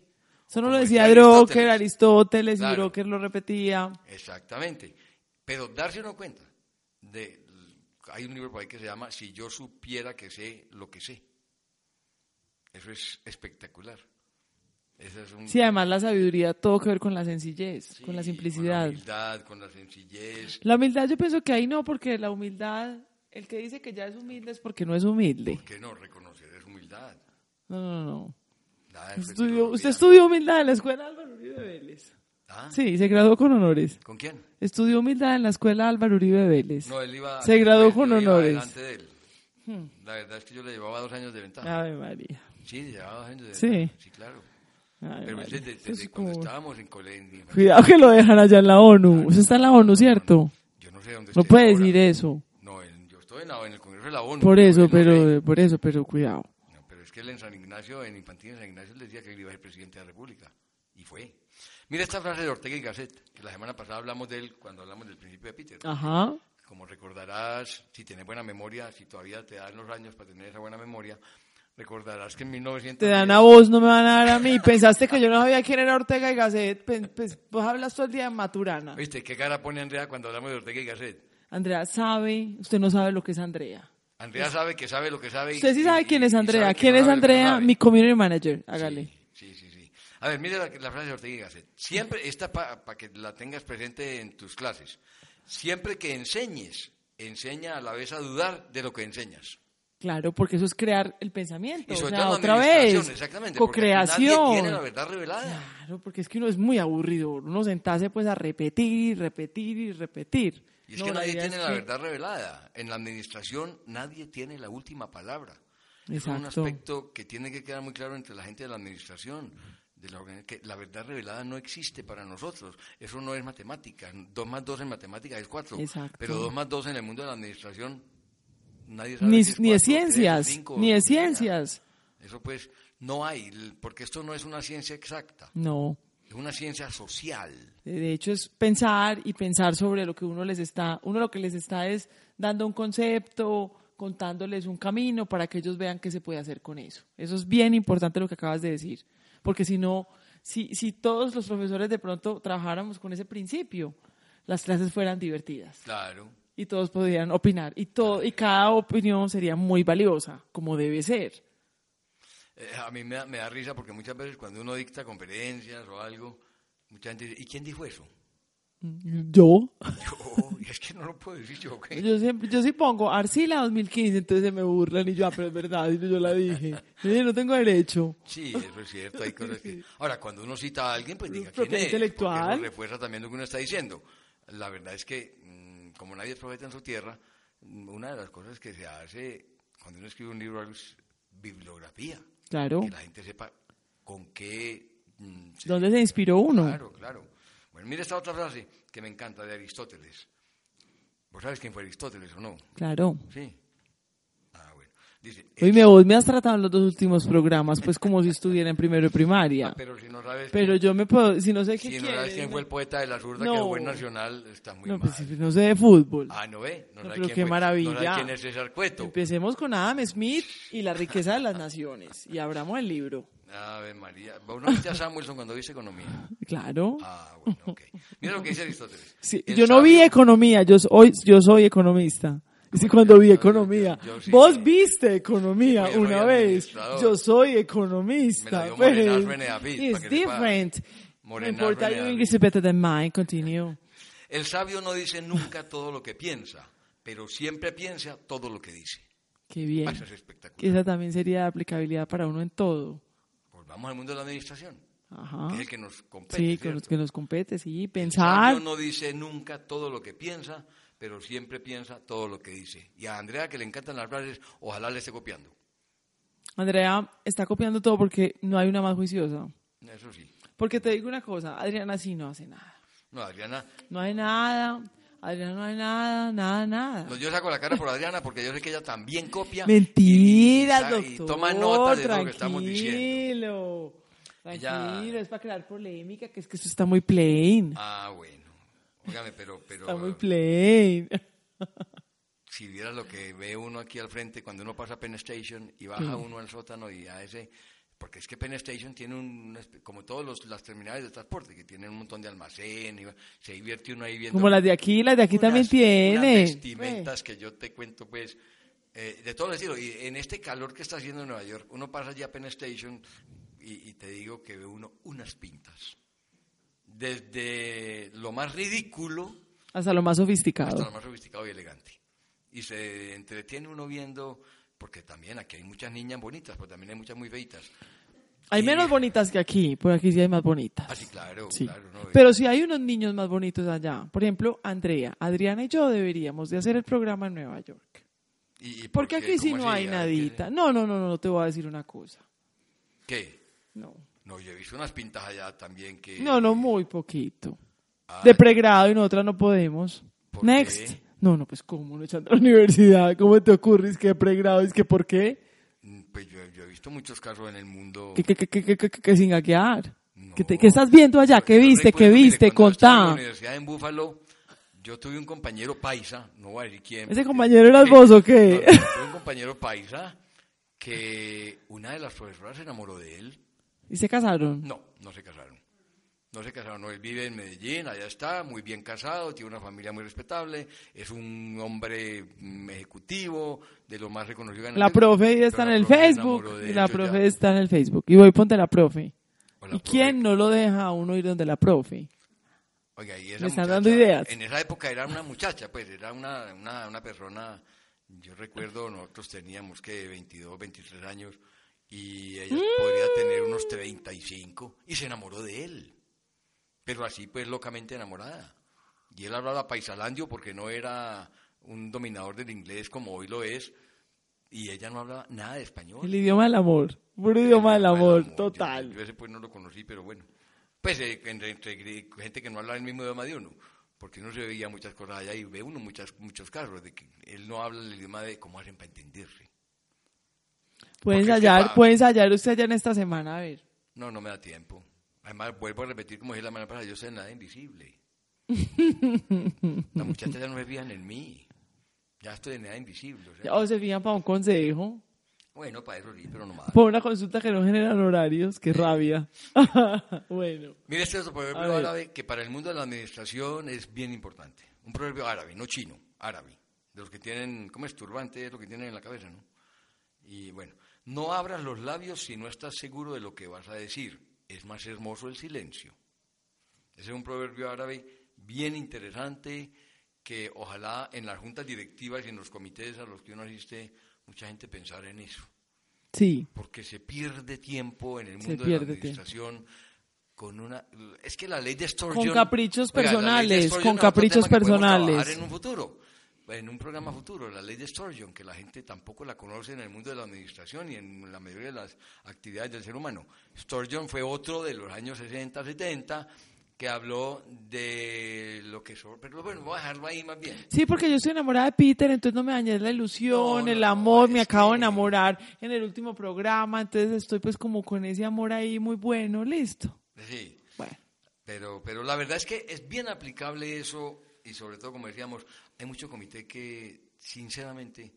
Eso no Como lo decía decía Drucker, Aristóteles. Aristóteles, y Claro. Drucker lo repetía. Exactamente. Pero darse uno cuenta de... Hay un libro por ahí que se llama Si yo supiera que sé lo que sé. Eso es espectacular. Ese es un, Sí, además la sabiduría todo que ver con la sencillez, Mm. sí, con la Con simplicidad. la humildad, con la sencillez. la humildad. yo pienso que ahí no, porque la humildad, el que dice que ya es humilde es porque no es humilde. ¿Por qué no reconocer es humildad? No, no, no. Nada de Estudió- petirología. usted estudió humildad en la escuela Álvaro Uribe Vélez. ¿Ah? Sí, se graduó con honores. ¿Con quién? Estudió humildad en la escuela Álvaro Uribe Vélez. No, él iba. Se graduó con yo iba honores. Hmm. delante de él. La verdad es que yo le llevaba dos años de ventaja. Ave María. Sí, le llevaba dos años de Sí. ventaja. Sí, claro. Ave Pero María. desde, desde- Eso es desde cuando Ah, como- estábamos en colegio. Cuidado que lo dejan allá en la ONU. Eso está en la ONU, ¿cierto? Yo no sé dónde No esté puede Pues ahora. decir eso. No, en- yo estoy en, la- en el Congreso de la ONU. Por yo eso, no sé. pero, por eso, pero cuidado. No, pero es que él en San Ignacio, en Infantil en San Ignacio, le decía que él iba a ser presidente de la República. Y fue. Mira esta frase de Ortega y Gasset, que la semana pasada hablamos de él cuando hablamos del principio de Peter. Ajá. Como recordarás, si tienes buena memoria, si todavía te dan los años para tener esa buena memoria, recordarás que en 1900... Te dan a vos, no me van a dar a mí. Pensaste que yo no sabía quién era Ortega y Gasset. Pen- pues, vos hablas todo el día de Maturana. ¿Viste qué cara pone Andrea cuando hablamos de Ortega y Gasset? Andrea sabe, usted no sabe lo que es Andrea. Andrea sabe que sabe lo que sabe. y- Usted sí sabe y- quién y es Andrea. sabe que ¿Quién no es sabe lo que no Andrea? sabe. Mi community manager. Hágale. Sí, sí, sí. A ver, mire la, la frase de Ortega y Gasset. Siempre, esta para que la tengas presente en tus clases. Siempre que enseñes, enseña a la vez a dudar de lo que enseñas. Claro, porque eso es crear el pensamiento. Y O sobre sea, todo en otra administración, vez. Exactamente. porque aquí Nadie tiene la Co-creación. verdad revelada. Claro, porque es que uno es muy aburrido. Uno sentarse pues a repetir y repetir y repetir. Y es No, que nadie idea tiene es la que- verdad revelada. En la administración nadie tiene la última palabra. Es Exacto. un aspecto que tiene que quedar muy claro entre la gente de la administración. De la, organi- que la verdad revelada no existe para nosotros. Eso no es matemática. Dos más dos en matemáticas es cuatro. Exacto. Pero dos más dos en el mundo de la administración nadie sabe Ni, si es ni de cuatro, tres, ciencias. cinco, ni de lo que sea. ciencias. Eso pues no hay, l- porque esto no es una ciencia exacta. No. Es una ciencia social. De hecho, es pensar y pensar sobre lo que uno les está, uno lo que les está es dando un concepto, contándoles un camino para que ellos vean qué se puede hacer con eso. Eso es bien importante lo que acabas de decir, porque si no, si, si todos los profesores de pronto trabajáramos con ese principio, las clases fueran divertidas Claro. y todos podrían opinar y, todo, y cada opinión sería muy valiosa, como debe ser. Eh, a mí me da, me da risa porque muchas veces cuando uno dicta conferencias o algo, mucha gente dice, ¿y quién dijo eso? Yo. Yo, "Oh, es que no lo puedo decir yo, ¿ok? Yo, siempre, yo sí pongo Arcila 2015, entonces se me burlan y yo, ah, pero es verdad, y yo la dije. Yo dije, no tengo derecho. Sí, eso es cierto. Hay cosas que... Ahora, cuando uno cita a alguien, pues diga quién Propiedad es. intelectual. porque eso refuerza también lo que uno está diciendo. La verdad es que, mm, como nadie es profeta en su tierra, mm, una de las cosas que se hace cuando uno escribe un libro es bibliografía. Claro. Que la gente sepa con qué... mm, se- ¿Dónde se inspiró uno? Claro, claro. Bueno, mira esta otra frase que me encanta de Aristóteles. ¿Vos sabes quién fue Aristóteles o no? Claro. Sí. Ah, bueno. Dice, Oye, me- vos me has tratado en los dos últimos programas, pues como si estuviera en primero de primaria. Ah, pero si no sabes... Pero yo me puedo, si no sé qué Si no quieres, sabes quién no- fue el poeta de la zurda No. que jugó en Nacional, está muy no, mal. pues, si no sé de fútbol. Ah, no ve. No, No, sabes pero quién qué fue. maravilla. No sabes quién es César Cueto. Empecemos con Adam Smith y la riqueza de las naciones. Y abramos el libro. Ave María. ¿Vos no viste a Samuelson cuando viste economía? Claro. Ah, bueno, ok. Mira lo que dice Aristóteles. Sí, El yo no vi sabio- economía, yo soy, yo soy economista. Sí, cuando vi yo- economía. yo- yo sí. Vos viste economía Yo soy una vez. administrador. Yo soy economista. Me la dio pues. Morenas Benedavid, para It's que sepa. different. No Morenas importa, your Benedavid. English is better than mine. Continue. El sabio no dice nunca todo lo que piensa, pero siempre piensa todo lo que dice. Qué bien. Ah, Eso es Que espectacular. esa también sería de aplicabilidad para uno en todo. Volvamos Pues al mundo de la administración, Ajá. que es el que nos compete. Ah. Sí, con los ¿cierto? que nos compete, sí. sabio Pensar. no dice nunca todo lo que piensa, pero siempre piensa todo lo que dice. Y a Andrea, que le encantan las frases, ojalá le esté copiando. Andrea está copiando todo porque no hay una más juiciosa. Eso sí. Porque te digo una cosa, Adriana sí no hace nada. No, Adriana, No hay nada, Adriana no hay nada, nada, nada. no, yo saco la cara por Adriana porque yo sé que ella también copia. Mentiras, y- y- doctor. Y toma nota de lo que tranquilo, estamos diciendo. Tranquilo, Ella- es para crear polémica, que es que esto está muy plain. Ah, bueno. Óigame, pero, pero está muy plain. si vieras lo que ve uno aquí al frente cuando uno pasa a Penn Station y baja uno al sótano y a ese... Porque es que Penn Station tiene un... Como todas los- las terminales de transporte, que tienen un montón de almacén, y va- se divierte uno ahí viendo... Como las de aquí, las de aquí también unas- Unas tienen. vestimentas que yo te cuento, pues, eh, de todo el estilo. Y en este calor que está haciendo en Nueva York, uno pasa ya a Penn Station y, y te digo que ve uno unas pintas. Desde lo más ridículo Hasta lo más sofisticado. hasta lo más sofisticado y elegante. Y se entretiene uno viendo, porque también aquí hay muchas niñas bonitas, pero también hay muchas muy feitas. Hay menos bonitas que aquí, por aquí sí hay más bonitas. Así, Ah, claro, Sí. claro. ¿no? Pero si hay unos niños más bonitos allá, por ejemplo, Andrea, Adriana y yo deberíamos de hacer el programa en Nueva York. Y- y Porque aquí sí ¿cómo no así? hay nadita. No, no, no, no, no te voy a decir una cosa. ¿Qué? No, No, yo he visto unas pintas allá también que... no, no muy poquito. Eh. Ah, De pregrado y nosotras no podemos. ¿Por Next. qué? No, no, pues cómo no echando a la universidad, ¿cómo te ocurre? Es que de pregrado, es que ¿por qué? Mm, Pues yo, yo he visto muchos casos en el mundo. Que, que, que, que, que, que, que sin hackear. Oh. No. ¿Qué, te- qué estás viendo allá? ¿Qué Yo viste? ¿Qué recuerdo, mire, viste? cuando estaba En la Contá. universidad en Búfalo, yo tuve un compañero paisa, no voy a decir quién. ¿Ese porque- compañero eras vos o qué? No, no, tuve un compañero paisa que una de las profesoras se enamoró de él. ¿Y se casaron? No, no se casaron. No se casaron, no, él vive en Medellín, allá está, muy bien casado, tiene una familia muy respetable, es un hombre mm, ejecutivo, de lo más reconocido. en La profe ya Pero está en la el profe se Facebook. enamoró de Y él, la yo ya- profe está en el Facebook. Y voy, ponte la profe. o la ¿Y profe- quién no lo deja a uno ir donde la profe? Oiga, y esa Me están muchacha, dando ideas. En esa época era una muchacha, pues era una, una, una persona, yo recuerdo, nosotros teníamos que 22, 23 años y ella Mm. podría tener unos 35 y se enamoró de él, pero así pues locamente enamorada. Y él hablaba paisalandio porque no era un dominador del inglés como hoy lo es y ella no hablaba nada de español. El idioma del amor. Puro idioma del amor, Yo, total. yo ese pues no lo conocí, pero bueno. Pues eh, entre, entre gente que no habla el mismo idioma de uno, porque uno se veía muchas cosas allá y ve uno muchas, muchos casos de que él no habla el idioma de cómo hacen para entenderse. porque Puede es que ensayar, pa- puede ensayar usted allá en esta semana, a ver. No, no me da tiempo. Además, vuelvo a repetir como dije la manera pasada, yo soy nada invisible. Las muchachas ya no me veían en mí. Ya estoy de nada invisible. o sea, O se fijan para un consejo, bueno, para eso sí, pero no más. para una consulta que no generan horarios, qué rabia. bueno, Mire este otro A proverbio ver. árabe que para el mundo de la administración es bien importante. Un proverbio árabe, no chino, árabe. De los que tienen, ¿cómo es? Turbante, es lo que tienen en la cabeza, ¿no? Y bueno, no abras los labios si no estás seguro de lo que vas a decir. Es más hermoso el silencio. Ese es un proverbio árabe bien interesante que ojalá en las juntas directivas y en los comités a los que uno asiste, mucha gente pensara en eso. Sí, Porque se pierde tiempo en el Se mundo de la pierde tiempo. administración con una... Es que la ley de Sturgeon... Con caprichos Oiga, la ley de personales, Sturgeon es con otro tema caprichos que podemos personales. trabajar en un futuro, en un programa futuro, la ley de Sturgeon, que la gente tampoco la conoce en el mundo de la administración y en la mayoría de las actividades del ser humano. Sturgeon fue otro de los años 60, 70 que habló de lo que... so- Pero bueno, voy a dejarlo ahí más bien. sí, porque yo estoy enamorada de Peter, entonces no me dañes la ilusión, No, no, el no, amor, me es acabo de que- enamorar en el último programa, entonces estoy pues como con ese amor ahí muy bueno, listo. Sí. Bueno, Pero, pero la verdad es que es bien aplicable eso y sobre todo, como decíamos, hay mucho comité que, sinceramente,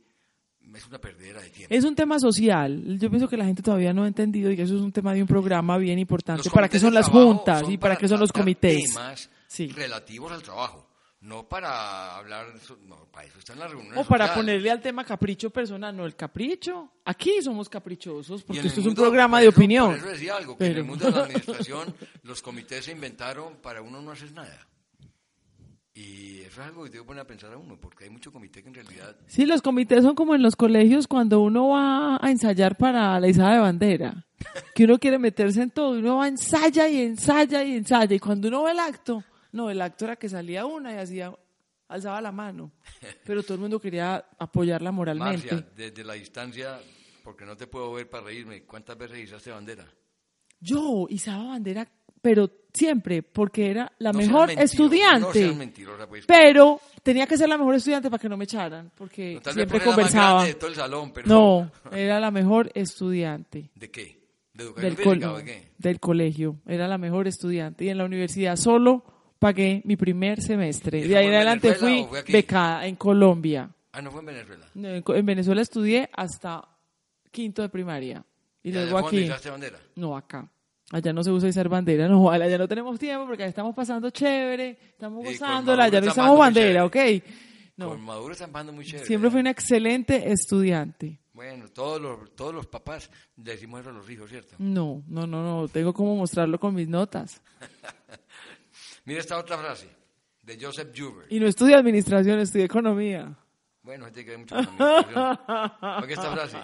es una perdera de tiempo. es un tema social, yo pienso que la gente todavía no ha entendido y que eso es un tema de un programa bien importante, Los para qué comités son de las trabajo juntas son y para qué son los tratar comités. temas Sí. relativos al trabajo, no para hablar, so- no, para eso están las reuniones. O para sociales. ponerle al tema capricho personal, no el capricho. Aquí somos Y caprichosos en porque el esto es un mundo- programa por de eso- opinión. por eso decía algo, que en el Pero- mundo de la administración los comités se inventaron para uno no hacer nada. Y eso es algo que debo poner a pensar a uno, porque hay mucho comité que en realidad Sí, los comités son como en los colegios cuando uno va a ensayar para la izada de bandera, que uno quiere meterse en todo, y uno va ensaya y ensaya y ensaya, y cuando uno ve el acto, no, el acto era que salía una y hacía, alzaba la mano, pero todo el mundo quería apoyarla moralmente. Marcia, desde la distancia, porque no te puedo ver para reírme, ¿cuántas veces izaste bandera? Yo izaba bandera, pero siempre, porque era la No seas mejor mentirosa, No estudiante. seas mentirosa, pues. pero tenía que ser la mejor estudiante para que no me echaran, porque No, tal vez poner siempre la más conversaba. grande de todo el salón, pero- No, era la mejor estudiante ¿De qué? ¿De educación del, física col- o de qué? del colegio. Era la mejor estudiante. Y en la universidad solo pagué mi primer semestre. ¿Eso De ahí fue en en adelante Venezuela fui o fue aquí? becada en Colombia. Ah, no fue en Venezuela. No, En Co- en Venezuela estudié hasta quinto de primaria. Y allá fue luego donde aquí. izaste bandera? No, acá. Allá no se usa izar bandera, no, vale, allá no tenemos tiempo porque allá estamos pasando chévere, estamos Y con gozándola, allá no Maduro estamos llamando muy bandera, ¿ok? No, Con Maduro están pasando muy chévere. siempre ¿eh? fui una excelente estudiante. Bueno, todos los, todos los papás le decimos eso a los hijos, ¿cierto? No, no, no, no, tengo como mostrarlo con mis notas. Mira esta otra frase, de Joseph Joubert. Y no estudié administración, estudié economía. Bueno, gente que ve mucho con la administración. Oiga esta frase.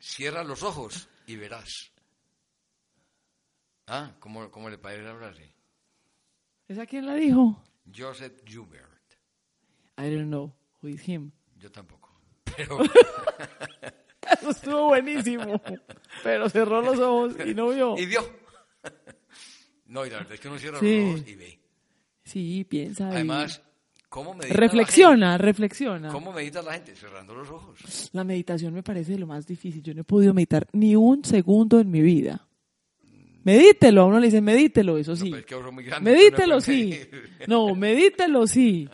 Cierra los ojos y verás. Ah, ¿cómo, cómo le parece la frase? ¿Esa quién la dijo? Joseph Joubert. I don't know who is him. Yo tampoco. Pero, Eso estuvo buenísimo, pero cerró los ojos y no vio. y vio. No, y la verdad es que uno cierra Sí. los ojos y ve. Sí, piensa. y- Además, ¿cómo medita la reflexiona, reflexiona. gente? ¿Cómo medita la gente? Cerrando los ojos. La meditación me parece lo más difícil. Yo no he podido meditar ni un segundo en mi vida. Medítelo, a uno le dice, medítelo, eso sí. pero es que ahora es muy grande, medítelo, entonces no sí. Pues puede medir. No, medítelo, sí.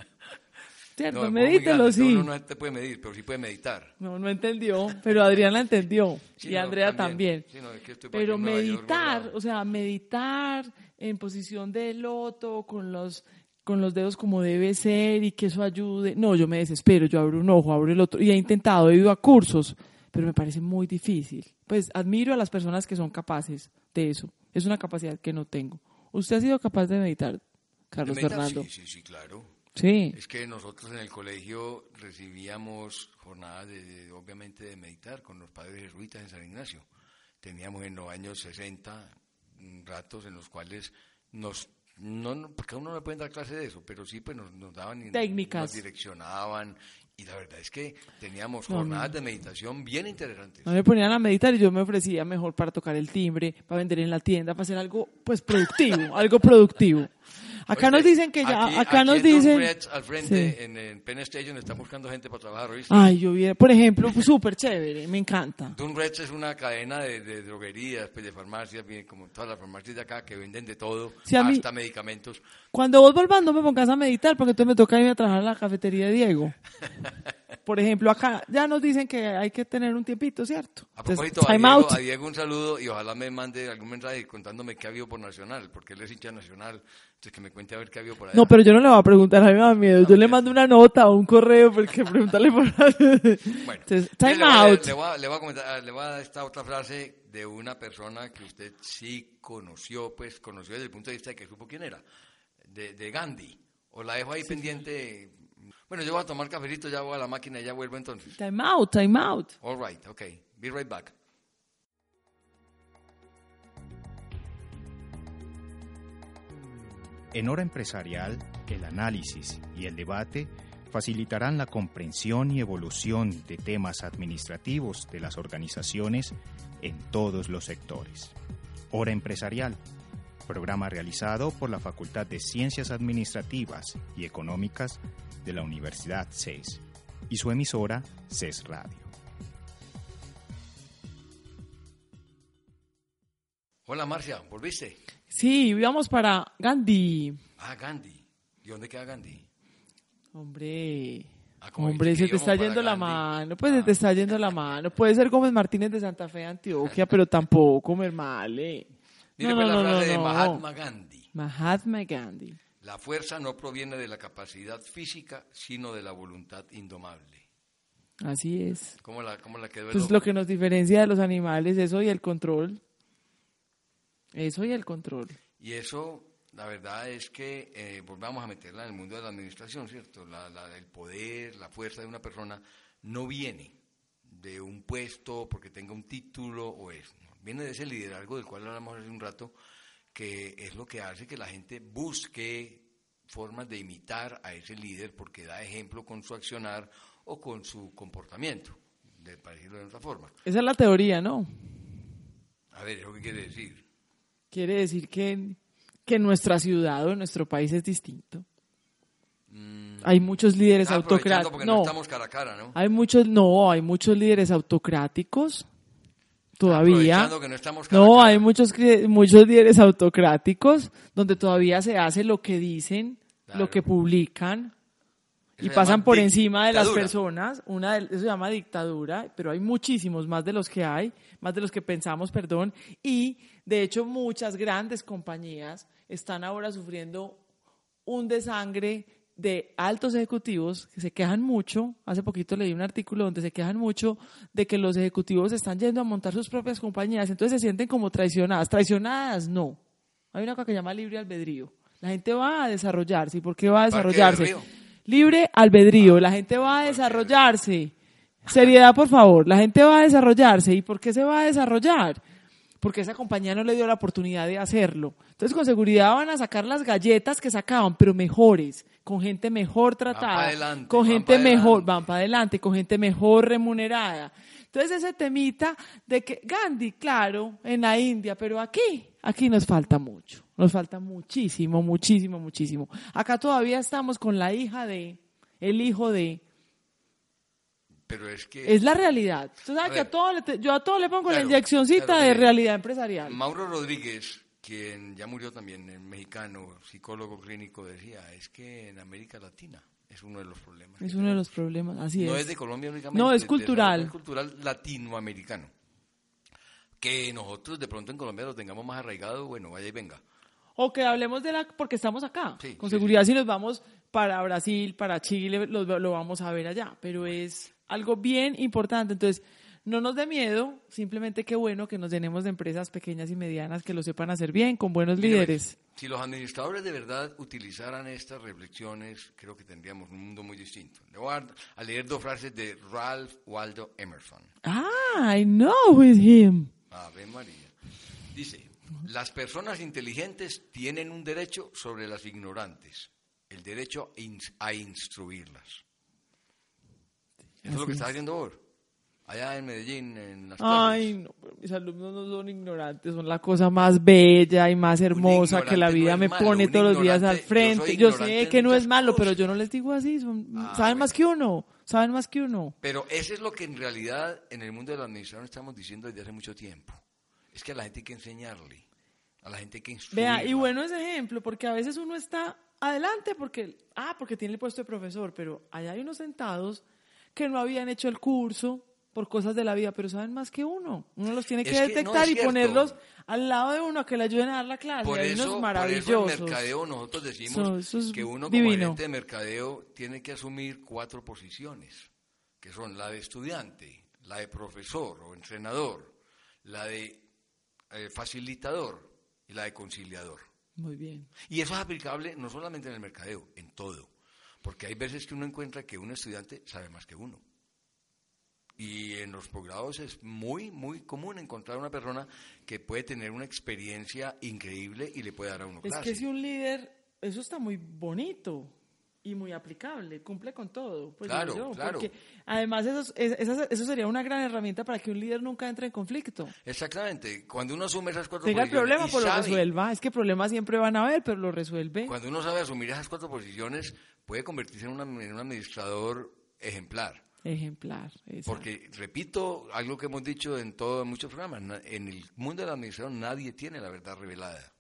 ¿Cierto? es muy medítelo, grande, sí. Uno no te puede medir, pero sí puede meditar. No, no entendió, pero Adriana entendió Sí, y no, Andrea también. también. Sí, no, es que estoy por pero aquí en Nueva York, meditar, volado. o sea, meditar en posición de loto, con los, con los dedos como debe ser y que eso ayude. No, yo me desespero, yo abro un ojo, abro el otro. Y he intentado, he ido a cursos, pero me parece muy difícil. Pues admiro a las personas que son capaces de eso. Es una capacidad que no tengo. ¿Usted ha sido capaz de meditar, Carlos ¿De meditar? Fernando? Sí, sí, sí, claro. Sí. Es que nosotros en el colegio recibíamos jornadas, de, de- obviamente, de meditar con los padres jesuitas en San Ignacio. Teníamos en los años 60 mm, ratos en los cuales nos... No, no, porque a uno no le pueden dar clase de eso, pero sí pues nos, nos daban y Técnicas. nos direccionaban y la verdad es que teníamos No, no. jornadas de meditación bien interesantes. A mí me ponían a meditar y yo me ofrecía mejor para tocar el timbre, para vender en la tienda, para hacer algo pues productivo, algo productivo. Acá Oíste, nos dicen que ya, aquí- acá aquí nos en Don dicen. Freds, al frente, Sí. en, en Penn Station, están buscando gente para trabajar, ¿oíste? Ay, yo hubiera, por ejemplo, pues, súper chévere, me encanta. Dun Reds es una cadena de, de droguerías, pues, de farmacias, bien, como todas las farmacias de acá, que venden de todo, Sí, a mí- hasta medicamentos. Cuando vos volvás no me pongas a meditar porque entonces me toca irme a trabajar a la cafetería de Diego. Por ejemplo, acá ya nos dicen que hay que tener un tiempito, ¿cierto? A Entonces, propósito, a time Diego, out. a Diego un saludo y ojalá me mande algún mensaje contándome qué ha habido por Nacional, porque él es hincha nacional, entonces que me cuente a ver qué ha habido por allá. No, pero yo no le voy a preguntar, a mí me da miedo. Yo le mentira. mando una nota o un correo porque preguntarle por... Bueno, Entonces, mire, time le voy a- out. Le voy, a, le voy a comentar, ah, le voy a dar esta otra frase de una persona que usted sí conoció, pues conoció desde el punto de vista de que supo quién era, de, de Gandhi. O la dejo ahí pendiente. Bueno, yo voy a tomar cafecito, ya voy a la máquina y ya vuelvo entonces. Time out, time out. All right, okay. Be right back. En Hora Empresarial, el análisis y el debate facilitarán la comprensión y evolución de temas administrativos de las organizaciones en todos los sectores. Hora Empresarial, programa realizado por la Facultad de Ciencias Administrativas y Económicas de la Universidad CES y su emisora CES Radio. Hola Marcia, ¿volviste? Sí, vamos para Gandhi. Ah, Gandhi. ¿Y dónde queda Gandhi? Hombre. Ah, como Hombre, dijiste se que te está íbamos yendo para la Gandhi. Ah. mano, pues se te está yendo la mano. Puede ser Gómez Martínez de Santa Fe, Antioquia, pero tampoco, mermale. Dile No, pues la no, no, frase no, de no. Mahatma Gandhi. Mahatma Gandhi. La fuerza no proviene de la capacidad física, sino de la voluntad indomable. Así es. ¿Cómo la, cómo la quedó el Pues ojo? lo que nos diferencia de los animales, eso y el control. Eso y el control. Y eso, la verdad es que eh, volvamos a meterla en el mundo de la administración, ¿cierto? La- la- el poder, la fuerza de una persona no viene de un puesto porque tenga un título o eso. ¿no? Viene de ese liderazgo del cual hablamos hace un rato, que es lo que hace que la gente busque formas de imitar a ese líder porque da ejemplo con su accionar o con su comportamiento, de, para decirlo de otra forma. Esa es la teoría, ¿no? A ver, ¿eso qué quiere decir? Quiere decir que, que nuestra ciudad o nuestro país es distinto. Hay muchos líderes Ah, aprovechando autocráticos. porque No, Ah. no. estamos cara a cara, ¿no? hay muchos, no, hay muchos líderes autocráticos todavía. Aprovechando que no estamos cara a No, cara. hay muchos, cri- muchos líderes autocráticos donde todavía se hace lo que dicen, Claro. lo que publican y Eso se pasan llama por encima de las dictadura. personas. Una de- eso se llama dictadura, pero hay muchísimos más de los que hay, más de los que pensamos, perdón. Y de hecho muchas grandes compañías están ahora sufriendo un desangre de altos ejecutivos que se quejan mucho, hace poquito leí un artículo donde se quejan mucho de que los ejecutivos están yendo a montar sus propias compañías, entonces se sienten como traicionadas. Traicionadas no. Hay una cosa que se llama libre albedrío. La gente va a desarrollarse. ¿Y por qué va a Parque del desarrollarse? Río. Libre albedrío. La gente va a desarrollarse. Seriedad, por favor. La gente va a desarrollarse. ¿Y por qué se va a desarrollar? Porque esa compañía no le dio la oportunidad de hacerlo. Entonces, con seguridad van a sacar las galletas que sacaban, pero mejores, con gente mejor pa' tratada, adelante, con van gente pa' mejor, adelante. van para adelante, con gente mejor remunerada. Entonces, ese temita de que Gandhi, claro, en la India, pero aquí, aquí nos falta mucho. Nos falta muchísimo, muchísimo, muchísimo. Acá todavía estamos con la hija de, el hijo de, Pero es que es la realidad. Tú sabes A que a ver. todo le te- yo a todo le pongo Claro, la inyeccioncita claro, de mire. realidad empresarial. Mauro Rodríguez, quien ya murió también, el mexicano, psicólogo clínico, decía, es que en América Latina es uno de los problemas. Es uno de los problemas, así no es. es de Colombia únicamente. No, es de- de- cultural. Es cultural latinoamericano. Que nosotros de pronto en Colombia lo tengamos más arraigado, bueno, vaya y venga. O que hablemos de la, porque estamos acá. Sí, Con sí, seguridad si nos vamos para Brasil, para Chile, los- lo, vamos a ver allá. Pero es algo bien importante. Entonces, no nos dé miedo, simplemente qué bueno que nos llenemos de empresas pequeñas y medianas que lo sepan hacer bien, con buenos Mire, líderes. pues, Si los administradores de verdad utilizaran estas reflexiones, creo que tendríamos un mundo muy distinto. Le voy a, dar- a leer dos frases de Ralph Waldo Emerson. Ah, I know with him. Ave María. Dice, las personas inteligentes tienen un derecho sobre las ignorantes, el derecho a ins- a instruirlas. Eso es lo Así que es. está haciendo ahora, allá en Medellín, en las plazas. Ay, no, pero mis alumnos no son ignorantes, son la cosa más bella y más hermosa que la ignorante vida no es me malo, pone un todos los días al ignorante- yo soy frente. Yo, ignorante sé en que no muchas es malo, pero cosas. yo no les digo así, son- Ah, saben bueno. más que uno, saben más que uno. Pero eso es lo que en realidad en el mundo de la administración estamos diciendo desde hace mucho tiempo. Es que a la gente hay que enseñarle, a la gente hay que instruirla. Vea, y bueno ese ejemplo, porque a veces uno está adelante porque, ah, porque tiene el puesto de profesor, pero allá hay unos sentados que no habían hecho el curso por cosas de la vida, pero saben más que uno. Uno los tiene que Es que no, detectar es y cierto. ponerlos al lado de uno a que le ayuden a dar la clase. Por hay eso, unos por maravillosos. eso en mercadeo nosotros decimos Eso- eso es que uno como divino. gerente de mercadeo tiene que asumir cuatro posiciones, que son la de estudiante, la de profesor o entrenador, la de eh, facilitador y la de conciliador. Muy bien. Y eso es aplicable no solamente en el mercadeo, en todo. Porque hay veces que uno encuentra que un estudiante sabe más que uno. Y en los posgrados es muy, muy común encontrar una persona que puede tener una experiencia increíble y le puede dar a uno Es clase. que si un líder, eso está muy bonito y muy aplicable, cumple con todo. Pues Claro, digo yo, claro. Porque además eso, es- esas- eso sería una gran herramienta para que un líder nunca entre en conflicto. Exactamente. Cuando uno asume esas cuatro Tenga el posiciones problema, y pues lo sabe- resuelva. Es que problemas siempre van a haber, pero lo resuelve. Cuando uno sabe asumir esas cuatro posiciones, puede convertirse en, una- en un administrador ejemplar. Ejemplar. exacto. Porque, repito, algo que hemos dicho en, todo, en muchos programas, na- en el mundo de la administración nadie tiene la verdad revelada.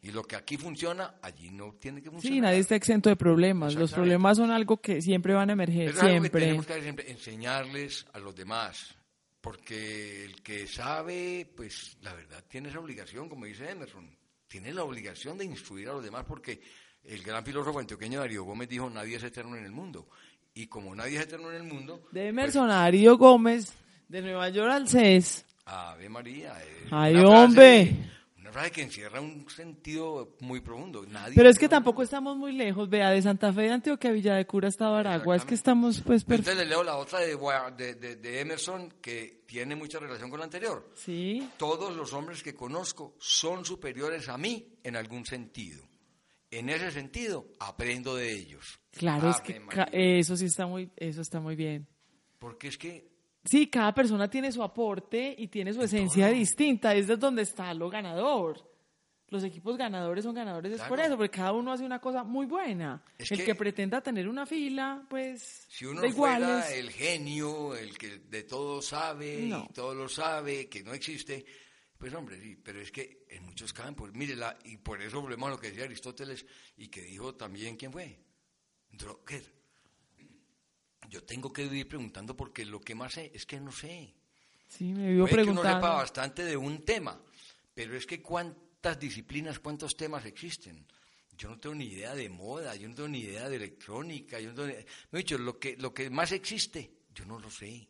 Y lo que aquí funciona, allí no tiene que funcionar. Sí, nadie está exento de problemas. Los Exactamente. problemas son algo que siempre van a emerger, Eso es algo que siempre. tenemos que hacer siempre, enseñarles a los demás. Porque el que sabe, pues la verdad tiene esa obligación, como dice Emerson, tiene la obligación de instruir a los demás, porque el gran filósofo antioqueño Darío Gómez dijo, nadie es eterno en el mundo. Y como nadie es eterno en el mundo, pues, De Emerson a Darío Gómez, de Nueva York al E CES. Ave María. eh, Ay, una frase- hombre. una frase que encierra un sentido muy profundo. Nadie Pero es que eterno en el tampoco estamos muy lejos, vea, de Santa Fe de Antioquia, Villa de Cura hasta Aragua. Es que Exactamente. estamos, pues, perfectos. Entonces le leo la otra de, Wa- de- de- de Emerson que tiene mucha relación con la anterior. Sí, Todos los hombres que conozco son superiores a mí en algún sentido. En ese sentido, aprendo de ellos. claro, es Ave que María. ca- eh, eso sí está muy, eso está muy bien. Porque es que Sí, cada persona tiene su aporte y tiene su esencia distinta. Es de donde está lo ganador. Los equipos ganadores son ganadores es por Claro. eso, porque cada uno hace una cosa muy buena. Es el que... que- pretenda tener una fila, pues, si uno de fuera iguales. el genio, el que de todo sabe No. y todo lo sabe, que no existe, pues hombre, sí, pero es que en muchos campos, mire, la- y por eso volvemos a lo que decía Aristóteles y que dijo también, ¿quién fue? Drucker. Yo tengo que vivir preguntando porque lo que más sé es que no sé. Sí, me vivo Puede que uno preguntando. sepa bastante de un tema, pero es que cuántas disciplinas, cuántos temas existen. Yo no tengo ni idea de moda, yo no tengo ni idea de electrónica, yo no tengo ni- Me he dicho, lo que, lo que más existe, yo no lo sé.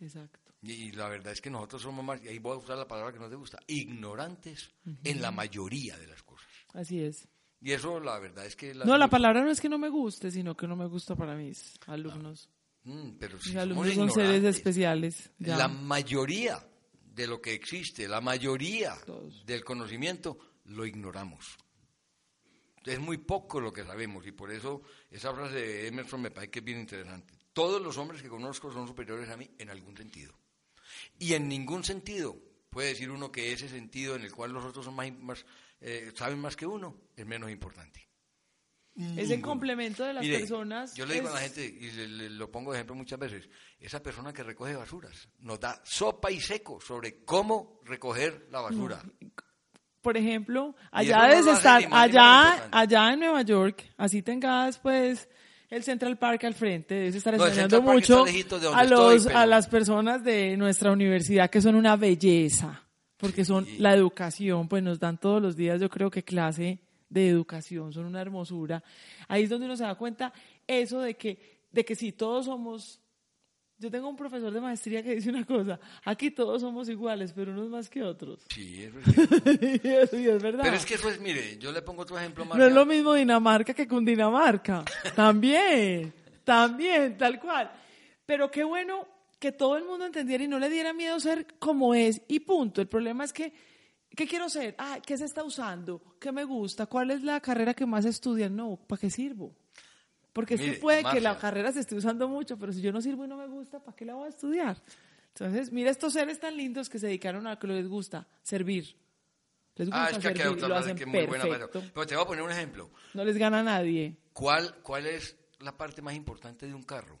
Exacto. Y, y la verdad es que nosotros somos más, y ahí voy a usar la palabra que no te gusta, ignorantes en la mayoría de las cosas. Así es. Y eso la verdad es que... la- No, la palabra no es que no me guste, sino que no me gusta para mis alumnos. Mm, pero si Mis somos alumnos son seres ignorantes. especiales. ya. La mayoría de lo que existe, la mayoría Todos. del conocimiento, lo ignoramos. Es muy poco lo que sabemos y por eso esa frase de Emerson me parece que es bien interesante. Todos los hombres que conozco son superiores a mí en algún sentido. Y en ningún sentido puede decir uno que ese sentido en el cual los otros son más, más, eh, saben más que uno es menos importante. Es el complemento de las mm. Mire, personas. Yo le digo a la es- gente, y le- le- lo pongo de ejemplo muchas veces, esa persona que recoge basuras nos da sopa y seco sobre cómo recoger la basura. por ejemplo, eso allá no debes lo hace estar, ni más ni menos allá, importante. allá en Nueva York, así tengas pues el Central Park al frente, debes estar No, el enseñando Central Park mucho está lejito de donde a los, estoy, pero- a las personas de nuestra universidad que son una belleza, porque son la educación, pues nos dan todos los días, yo creo que clase de educación, son una hermosura. Ahí es donde uno se da cuenta eso de que, de que sí, todos somos yo tengo un profesor de maestría que dice una cosa, aquí todos somos iguales, pero unos más que otros. Sí, eso es cierto. Sí, es- sí, es verdad. Pero es que eso es, mire, yo le pongo otro ejemplo más. Ah. No es lo mismo Dinamarca que Cundinamarca. También, también, tal cual. Pero qué bueno que todo el mundo entendiera y no le diera miedo ser como es y punto. El problema es que, ¿qué quiero ser? Ah, ¿qué se está usando? ¿Qué me gusta? ¿Cuál es la carrera que más estudian? No, ¿para qué sirvo? Porque es que Mire, puede que Marcia. la carrera se esté usando mucho, pero si yo no sirvo y no me gusta, ¿para qué la voy a estudiar? Entonces, mira estos seres tan lindos que se dedicaron a lo que les gusta, servir. Les gusta Ah, es que aquí servir, hay lo otra frase hacen que es muy buena. Pero, perfecto. pero te voy a poner un ejemplo. No les gana a nadie. ¿Cuál, ¿Cuál es la parte más importante de un carro?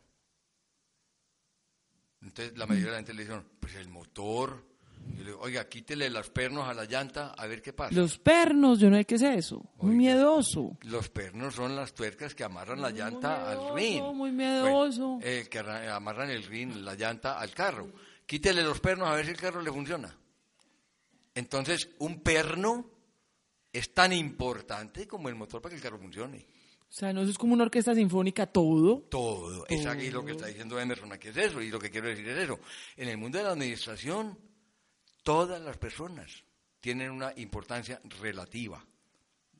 Entonces la mayoría de la gente le dice, pues el motor. Yo le digo, oiga, quítele las pernos a la llanta a ver qué pasa. Los pernos, yo no sé qué es eso. Muy Oiga. miedoso. Los pernos son las tuercas que amarran la llanta miedoso, al rin. muy miedoso. Bueno, el que arra- amarran el rin, la llanta al carro. Quítele los pernos a ver si el carro le funciona. Entonces, un perno es tan importante como el motor para que el carro funcione. O sea, no eso es como una orquesta sinfónica todo. Todo. Es aquí lo que está diciendo Emerson, aquí es eso. Y lo que quiero decir es eso. En el mundo de la administración, todas las personas tienen una importancia relativa.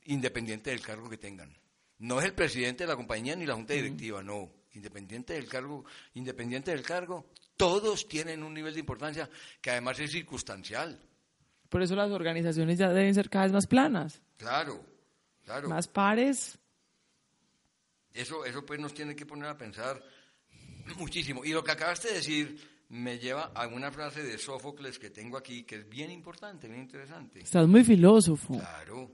independiente del cargo que tengan. No es el presidente de la compañía ni la junta directiva, no. Independiente del cargo, independiente del cargo, todos tienen un nivel de importancia que además es circunstancial. Por eso las organizaciones ya deben ser cada vez más planas, Claro, claro. más pares. Eso, eso pues nos tiene que poner a pensar muchísimo. Y lo que acabaste de decir me lleva a una frase de Sófocles que tengo aquí, que es bien importante, bien interesante. Estás muy filósofo. Claro.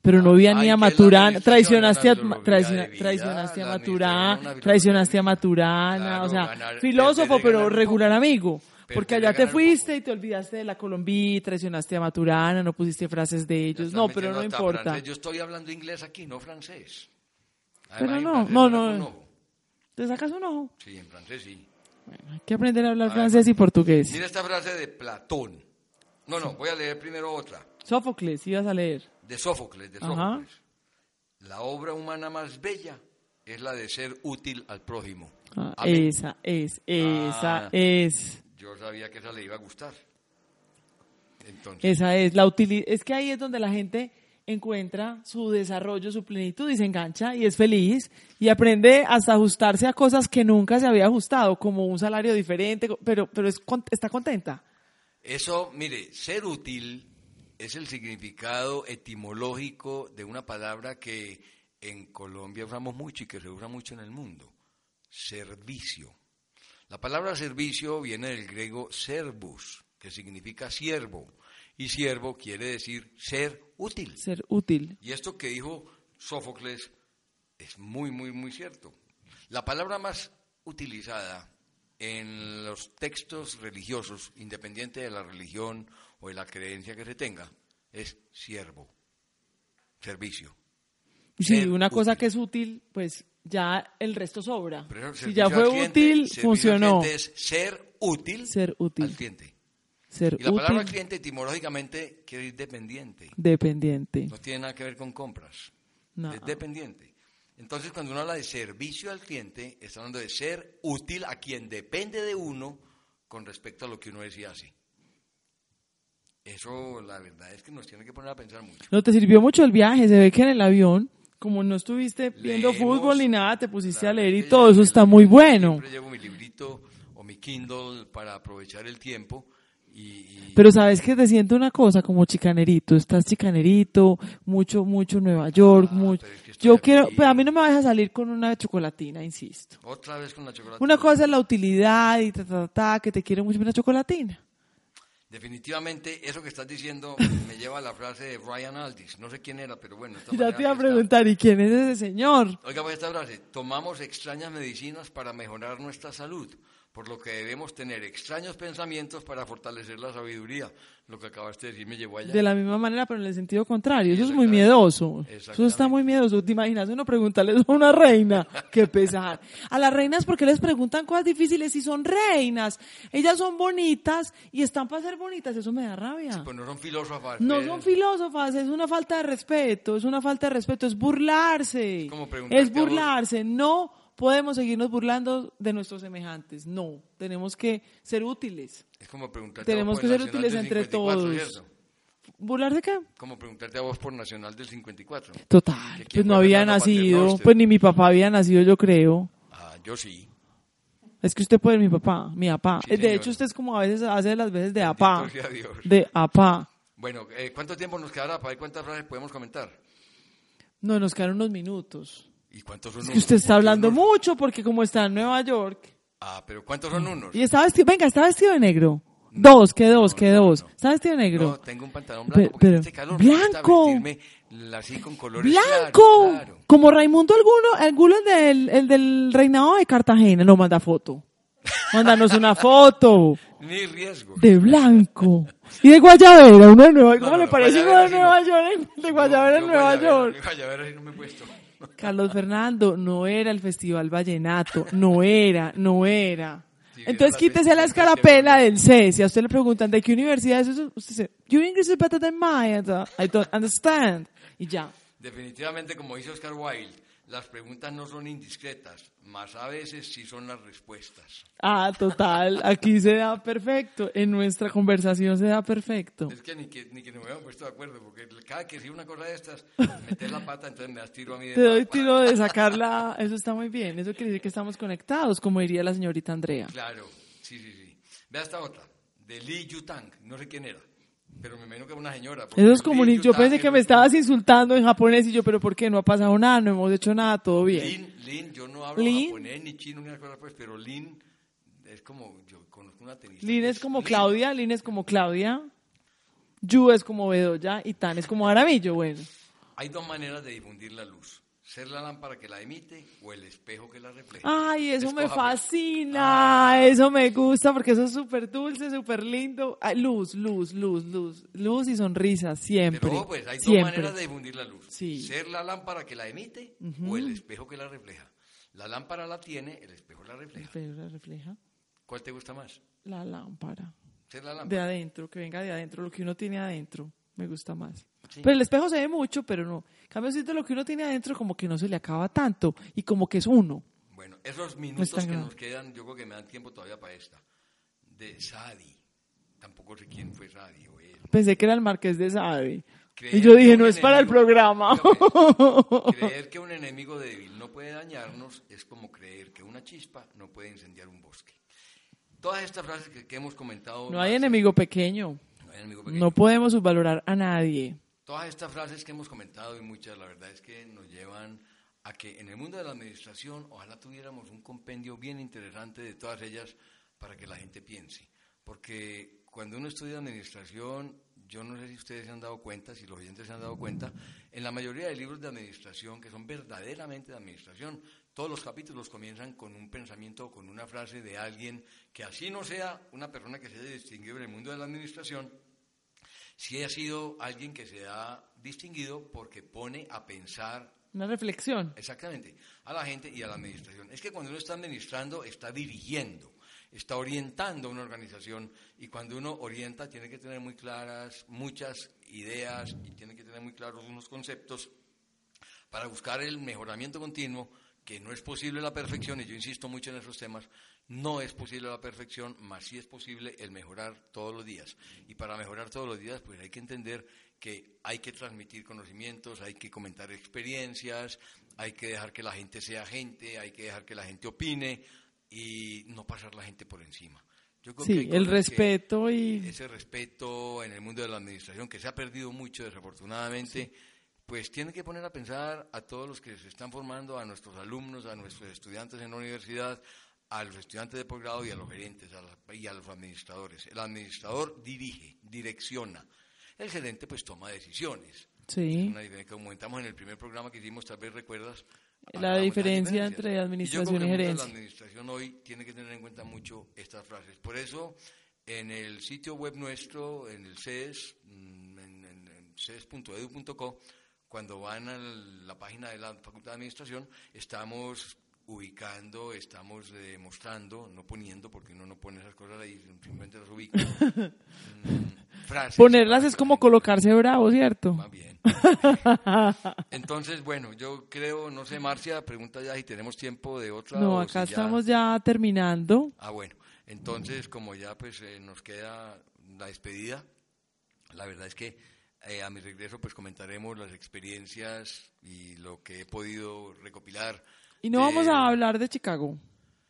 Pero no había Ay, ni a que la Maturana, administración, traicionaste a, la ma- filosofía de traiciona- vida, traicionaste a la administración, Maturana, la traicionaste a filosofía. Maturana, Claro, o sea, ganar- filósofo perder, pero ganar poco. regular amigo. Porque Perder, allá te ganar fuiste poco. y te olvidaste de la Colombí, traicionaste a Maturana, no pusiste frases de Ya ellos. están No, pero metiendo no hasta importa. francés. Yo estoy hablando inglés aquí, no francés. Pero en no, francés no, me no. saco un ojo. Te sacas un ojo. Sí, en francés sí. Bueno, hay que aprender a hablar Además- francés y portugués. Mira esta frase de Platón. No, no, voy a leer primero otra. Sófocles, ibas a leer. De Sófocles, de Ajá. Sófocles. La obra humana más bella es la de ser útil al prójimo. Ah, Amén. esa es, esa Ah. es. Yo sabía que esa le iba a gustar. Entonces, Esa es la utilidad. Es que ahí es donde la gente encuentra su desarrollo, su plenitud y se engancha y es feliz y aprende hasta ajustarse a cosas que nunca se había ajustado, como un salario diferente, co- pero, pero es, con- está contenta. eso, mire, ser útil es el significado etimológico de una palabra que en Colombia usamos mucho y que se usa mucho en el mundo. Servicio. La palabra servicio viene del griego servus, que significa siervo. Y siervo quiere decir ser útil. Ser útil. Y esto que dijo Sófocles es muy, muy, muy cierto. La palabra más utilizada en los textos religiosos, independiente de la religión o de la creencia que se tenga, es siervo, servicio. Si Ser una cosa útil. que es útil, pues ya el resto sobra. Pero Si servicio ya al fue cliente, útil, servicio al funcionó. cliente Es ser útil, Ser útil. al cliente. Ser Y la palabra útil, cliente etimológicamente quiere decir dependiente. dependiente. No tiene nada que ver con compras. No. Es dependiente. Entonces, cuando uno habla de servicio al cliente, está hablando de ser útil a quien depende de uno con respecto a lo que uno es y hace. Eso, la verdad, es que nos tiene que poner a pensar mucho. No te sirvió mucho el viaje, se ve que en el avión, como no estuviste viendo Leemos, fútbol ni nada, te pusiste la a leer y verdad, todo yo eso está siempre- muy bueno. Siempre llevo mi librito o mi Kindle para aprovechar el tiempo y... y- Pero sabes que te siento una cosa como chicanerito, estás chicanerito, mucho, mucho Nueva York, Ah, mucho. pero es que estoy Yo quiero, aquí. pero a mí no me vas a salir con una chocolatina, insisto. Otra vez con la chocolate. Una cosa es la utilidad y ta, ta, ta, que te quiero mucho una chocolatina. Definitivamente, eso que estás diciendo me lleva a la frase de Ryan Aldis. No sé quién era, pero bueno. de esta Ya manera te iba a está. preguntar, ¿y quién es ese señor? Oiga, pues esta frase, tomamos extrañas medicinas para mejorar nuestra salud, por lo que debemos tener extraños pensamientos para fortalecer la sabiduría. Lo que acabaste de decir me llevó allá. De la misma manera, pero en el sentido contrario. Eso es muy Exactamente. miedoso. Eso Exactamente. está muy miedoso. ¿Te imaginas uno preguntarle eso a una reina? Qué pesar. A las reinas, porque les preguntan cosas difíciles si son reinas? Ellas son bonitas y están para ser bonitas. Eso me da rabia. Pues no son filósofas. No pues, son filósofas, es una falta de respeto, es una falta de respeto, es burlarse. Es como preguntarte es a vos. burlarse, no podemos seguirnos burlando de nuestros semejantes, no, tenemos que ser útiles. Es como preguntarte a Tenemos vos que por ser Nacional útiles del entre 54, todos. ¿cierto? ¿Burlarse qué? Como preguntarte a vos por Nacional del 54. Total, ¿De quién pues no fue había Fernando nacido, Paternoster? pues ni mi papá había nacido, yo creo. Ah, yo sí. Es que usted puede, mi papá, mi papá. Sí, de señor. hecho, usted es como a veces hace las veces de apá. Bendito sea Dios. De apá. Bueno, eh, ¿cuánto tiempo nos quedará para ver cuántas frases podemos comentar? No, nos quedan unos minutos. ¿Y cuántos son Es unos? que usted está ¿Cuántos hablando son unos? mucho porque como está en Nueva York. Ah, pero ¿cuántos son unos? Y está vestido, venga, está vestido de negro. Dos, que dos, no, que no, dos. no. Está vestido de negro. No, tengo un pantalón Pe- blanco porque pero- hace calor. ¡Blanco! Me gusta vestirme así con colores ¡Blanco! claros, claro. Como Raimundo alguno, alguno el del, el del reinado de Cartagena. No, manda foto. Mándanos una foto Ni riesgo. de blanco. Y de Guayabera, uno de Nueva York. No, ¿Cómo no, le no, parece uno Guayabera de sí Nueva no. York? De Guayabera en Yo Nueva guayabera, York. guayabera ahí no me he puesto. Carlos Fernando, no era el Festival Vallenato, no era, no era. Sí, era Entonces la quítese festividad la que escarapela había. del C. Si a usted le preguntan de qué universidad es eso, usted dice, Your English is better than mine, I don't understand. Y ya. Definitivamente, como dice Oscar Wilde, las preguntas no son indiscretas, más a veces sí son las respuestas. Ah, total, aquí se da perfecto, en nuestra conversación se da perfecto. Es que ni que, ni que nos hubiéramos puesto de acuerdo, porque cada que si una cosa de estas, metes la pata, entonces me das tiro a mí. de Te doy pata. tiro de sacarla, eso está muy bien, eso quiere decir que estamos conectados, como diría la señorita Andrea. Claro, sí, sí, sí. Ve esta otra, de Lee Yutang, no sé quién era, pero me imagino que era una señora. porque Eso es Lee comunismo, yo Yutang pensé que era me un- estabas insultando en japonés y yo, pero ¿por qué? No ha pasado nada, no hemos hecho nada, todo bien. Lin, Lin, yo no hablo Lin. japonés ni chino ni nada cosa, pues, pero Lin es como, yo conozco una tenista. Lin que es como Lin. Claudia, Lin es como Claudia, Yu es como Bedoya y Tan es como Aramillo, bueno. Hay dos maneras de difundir la luz. Ser la lámpara que la emite o el espejo que la refleja. Ay, eso me Escoja, pues. Ah, fascina, eso me gusta porque eso es súper dulce, súper lindo. Ay, luz, luz, luz, luz, luz y sonrisa, siempre. Pero ojo, pues, hay dos siempre. maneras de difundir la luz. Sí. Ser la lámpara que la emite o el espejo que la refleja. La lámpara la tiene, el espejo la refleja. Pero la refleja ¿Cuál te gusta más? la lámpara. Ser la De lámpara. adentro, que venga de adentro, lo que uno tiene adentro, me gusta más. Pero el espejo se ve mucho, pero no. En cambio, siento lo que uno tiene adentro como que no se le acaba tanto y como que es uno. Bueno, esos minutos tan que grave. nos quedan, yo creo que me dan tiempo todavía para esta. De Sadi. Tampoco sé quién fue Sadi o él. Pensé que era el Marqués de Sade. Creer Y yo que dije, un no es para el enemigo- programa. Oiga, Creer que un enemigo débil no puede dañarnos es como creer que una chispa no puede incendiar un bosque. Todas estas frases que, que hemos comentado. No hay más- enemigo pequeño. no hay enemigo pequeño. No podemos subvalorar a nadie. Todas estas frases que hemos comentado y muchas, la verdad es que nos llevan a que en el mundo de la administración ojalá tuviéramos un compendio bien interesante de todas ellas para que la gente piense. Porque cuando uno estudia administración, yo no sé si ustedes se han dado cuenta, si los oyentes se han dado cuenta, en la mayoría de libros de administración, que son verdaderamente de administración, todos los capítulos comienzan con un pensamiento o con una frase de alguien que así no sea una persona que se haya distinguido en el mundo de la administración, si ha sido alguien que se ha distinguido porque pone a pensar Una reflexión. exactamente a la gente y a la administración. Es que cuando uno está administrando, está dirigiendo, está orientando una organización y cuando uno orienta tiene que tener muy claras muchas ideas y tiene que tener muy claros unos conceptos para buscar el mejoramiento continuo, que no es posible la perfección, y yo insisto mucho en esos temas, no es posible la perfección, más sí es posible el mejorar todos los días. Y para mejorar todos los días, pues hay que entender que hay que transmitir conocimientos, hay que comentar experiencias, hay que dejar que la gente sea gente, hay que dejar que la gente opine y no pasar la gente por encima. Yo creo que hay Sí, el cosas que- respeto y... ese respeto en el mundo de la administración que se ha perdido mucho desafortunadamente, pues tiene que poner a pensar a todos los que se están formando, a nuestros alumnos, a nuestros estudiantes en la universidad, a los estudiantes de posgrado y a los gerentes a la- y a los administradores. El administrador dirige, direcciona. El gerente pues toma decisiones. Sí. Una diferencia que comentamos en el primer programa que hicimos, tal vez recuerdas. La hablamos de las diferencia diferencias. entre Y yo administración creo que el y mundo de gerencia. La administración hoy tiene que tener en cuenta mucho estas frases. Por eso, en el sitio web nuestro, en el CES, mm, en, en- en ces.edu.co, cuando van a la página de la Facultad de Administración, estamos ubicando, estamos eh, mostrando, no poniendo, porque uno no pone esas cosas ahí, simplemente las ubica. mm, frases Ponerlas para es que como la gente- colocarse bravo, ¿cierto? más Ah, bien. Entonces, bueno, yo creo, no sé, Marcia, pregunta ya si tenemos tiempo de otra. No, o si acá ya- estamos ya terminando. Ah, bueno. Entonces, como ya pues eh, nos queda la despedida, la verdad es que eh, a mi regreso pues comentaremos las experiencias y lo que he podido recopilar. Y no de- vamos a hablar de Chicago.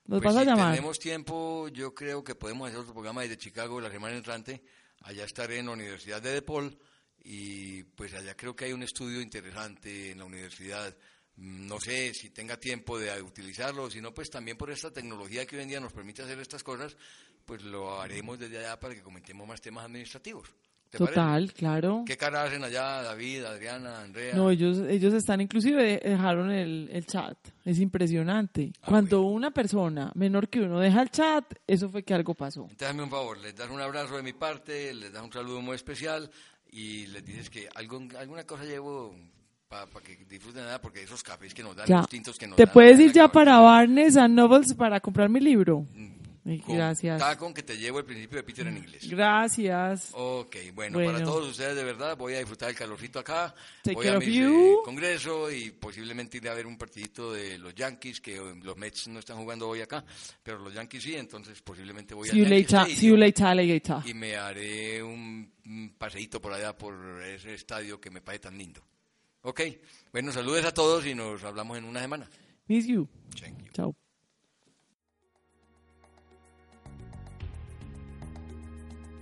Nos Eh, pues vas a si llamar. tenemos tiempo, yo creo que podemos hacer otro programa desde Chicago la semana entrante. Allá estaré en la Universidad de DePaul y pues allá creo que hay un estudio interesante en la universidad. Mm, No sé si tenga tiempo de utilizarlo, o si no, pues también por esta tecnología que hoy en día nos permite hacer estas cosas, pues lo haremos desde allá para que comentemos más temas administrativos. ¿Te parece? Total, claro. ¿Qué cara hacen allá David, Adriana, Andrea? No, ellos, ellos están, inclusive eh, dejaron el, el chat. Es impresionante. Ah, Cuando una persona menor que uno deja el chat, eso fue que algo pasó. Entonces, hazme un favor, les das un abrazo de mi parte, les das un saludo muy especial y les dices que algún, alguna cosa llevo para que disfruten nada, porque esos cafés que nos dan, Ya. los tintos que nos Te dan, puedes van a ir ya acabar. para Barnes and Novels para comprar mi libro. Y Mm, con gracias. Tacon que te llevo el principio de Peter en inglés. Gracias. Ok, bueno, Bueno. para todos ustedes de verdad voy a disfrutar el calorcito acá, Take voy a care of mi you. congreso y posiblemente iré a ver un partidito de los Yankees que eh, los Mets no están jugando hoy acá, pero los Yankees sí, entonces posiblemente voy a See you later. See you later, alligator. y me haré un, un paseíto por allá por ese estadio que me parece tan lindo. Ok, bueno, saludes a todos y nos hablamos en una semana. Miss you. Thank you. Chao.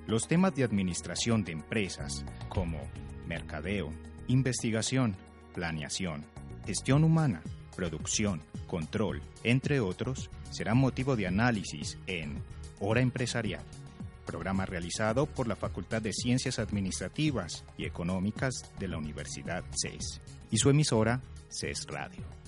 Los temas de administración de empresas como mercadeo, investigación, planeación, gestión humana, producción, control, entre otros, serán motivo de análisis en Hora Empresarial, programa realizado por la Facultad de Ciencias E Administrativas y Económicas de la Universidad CES y su emisora CES E Radio.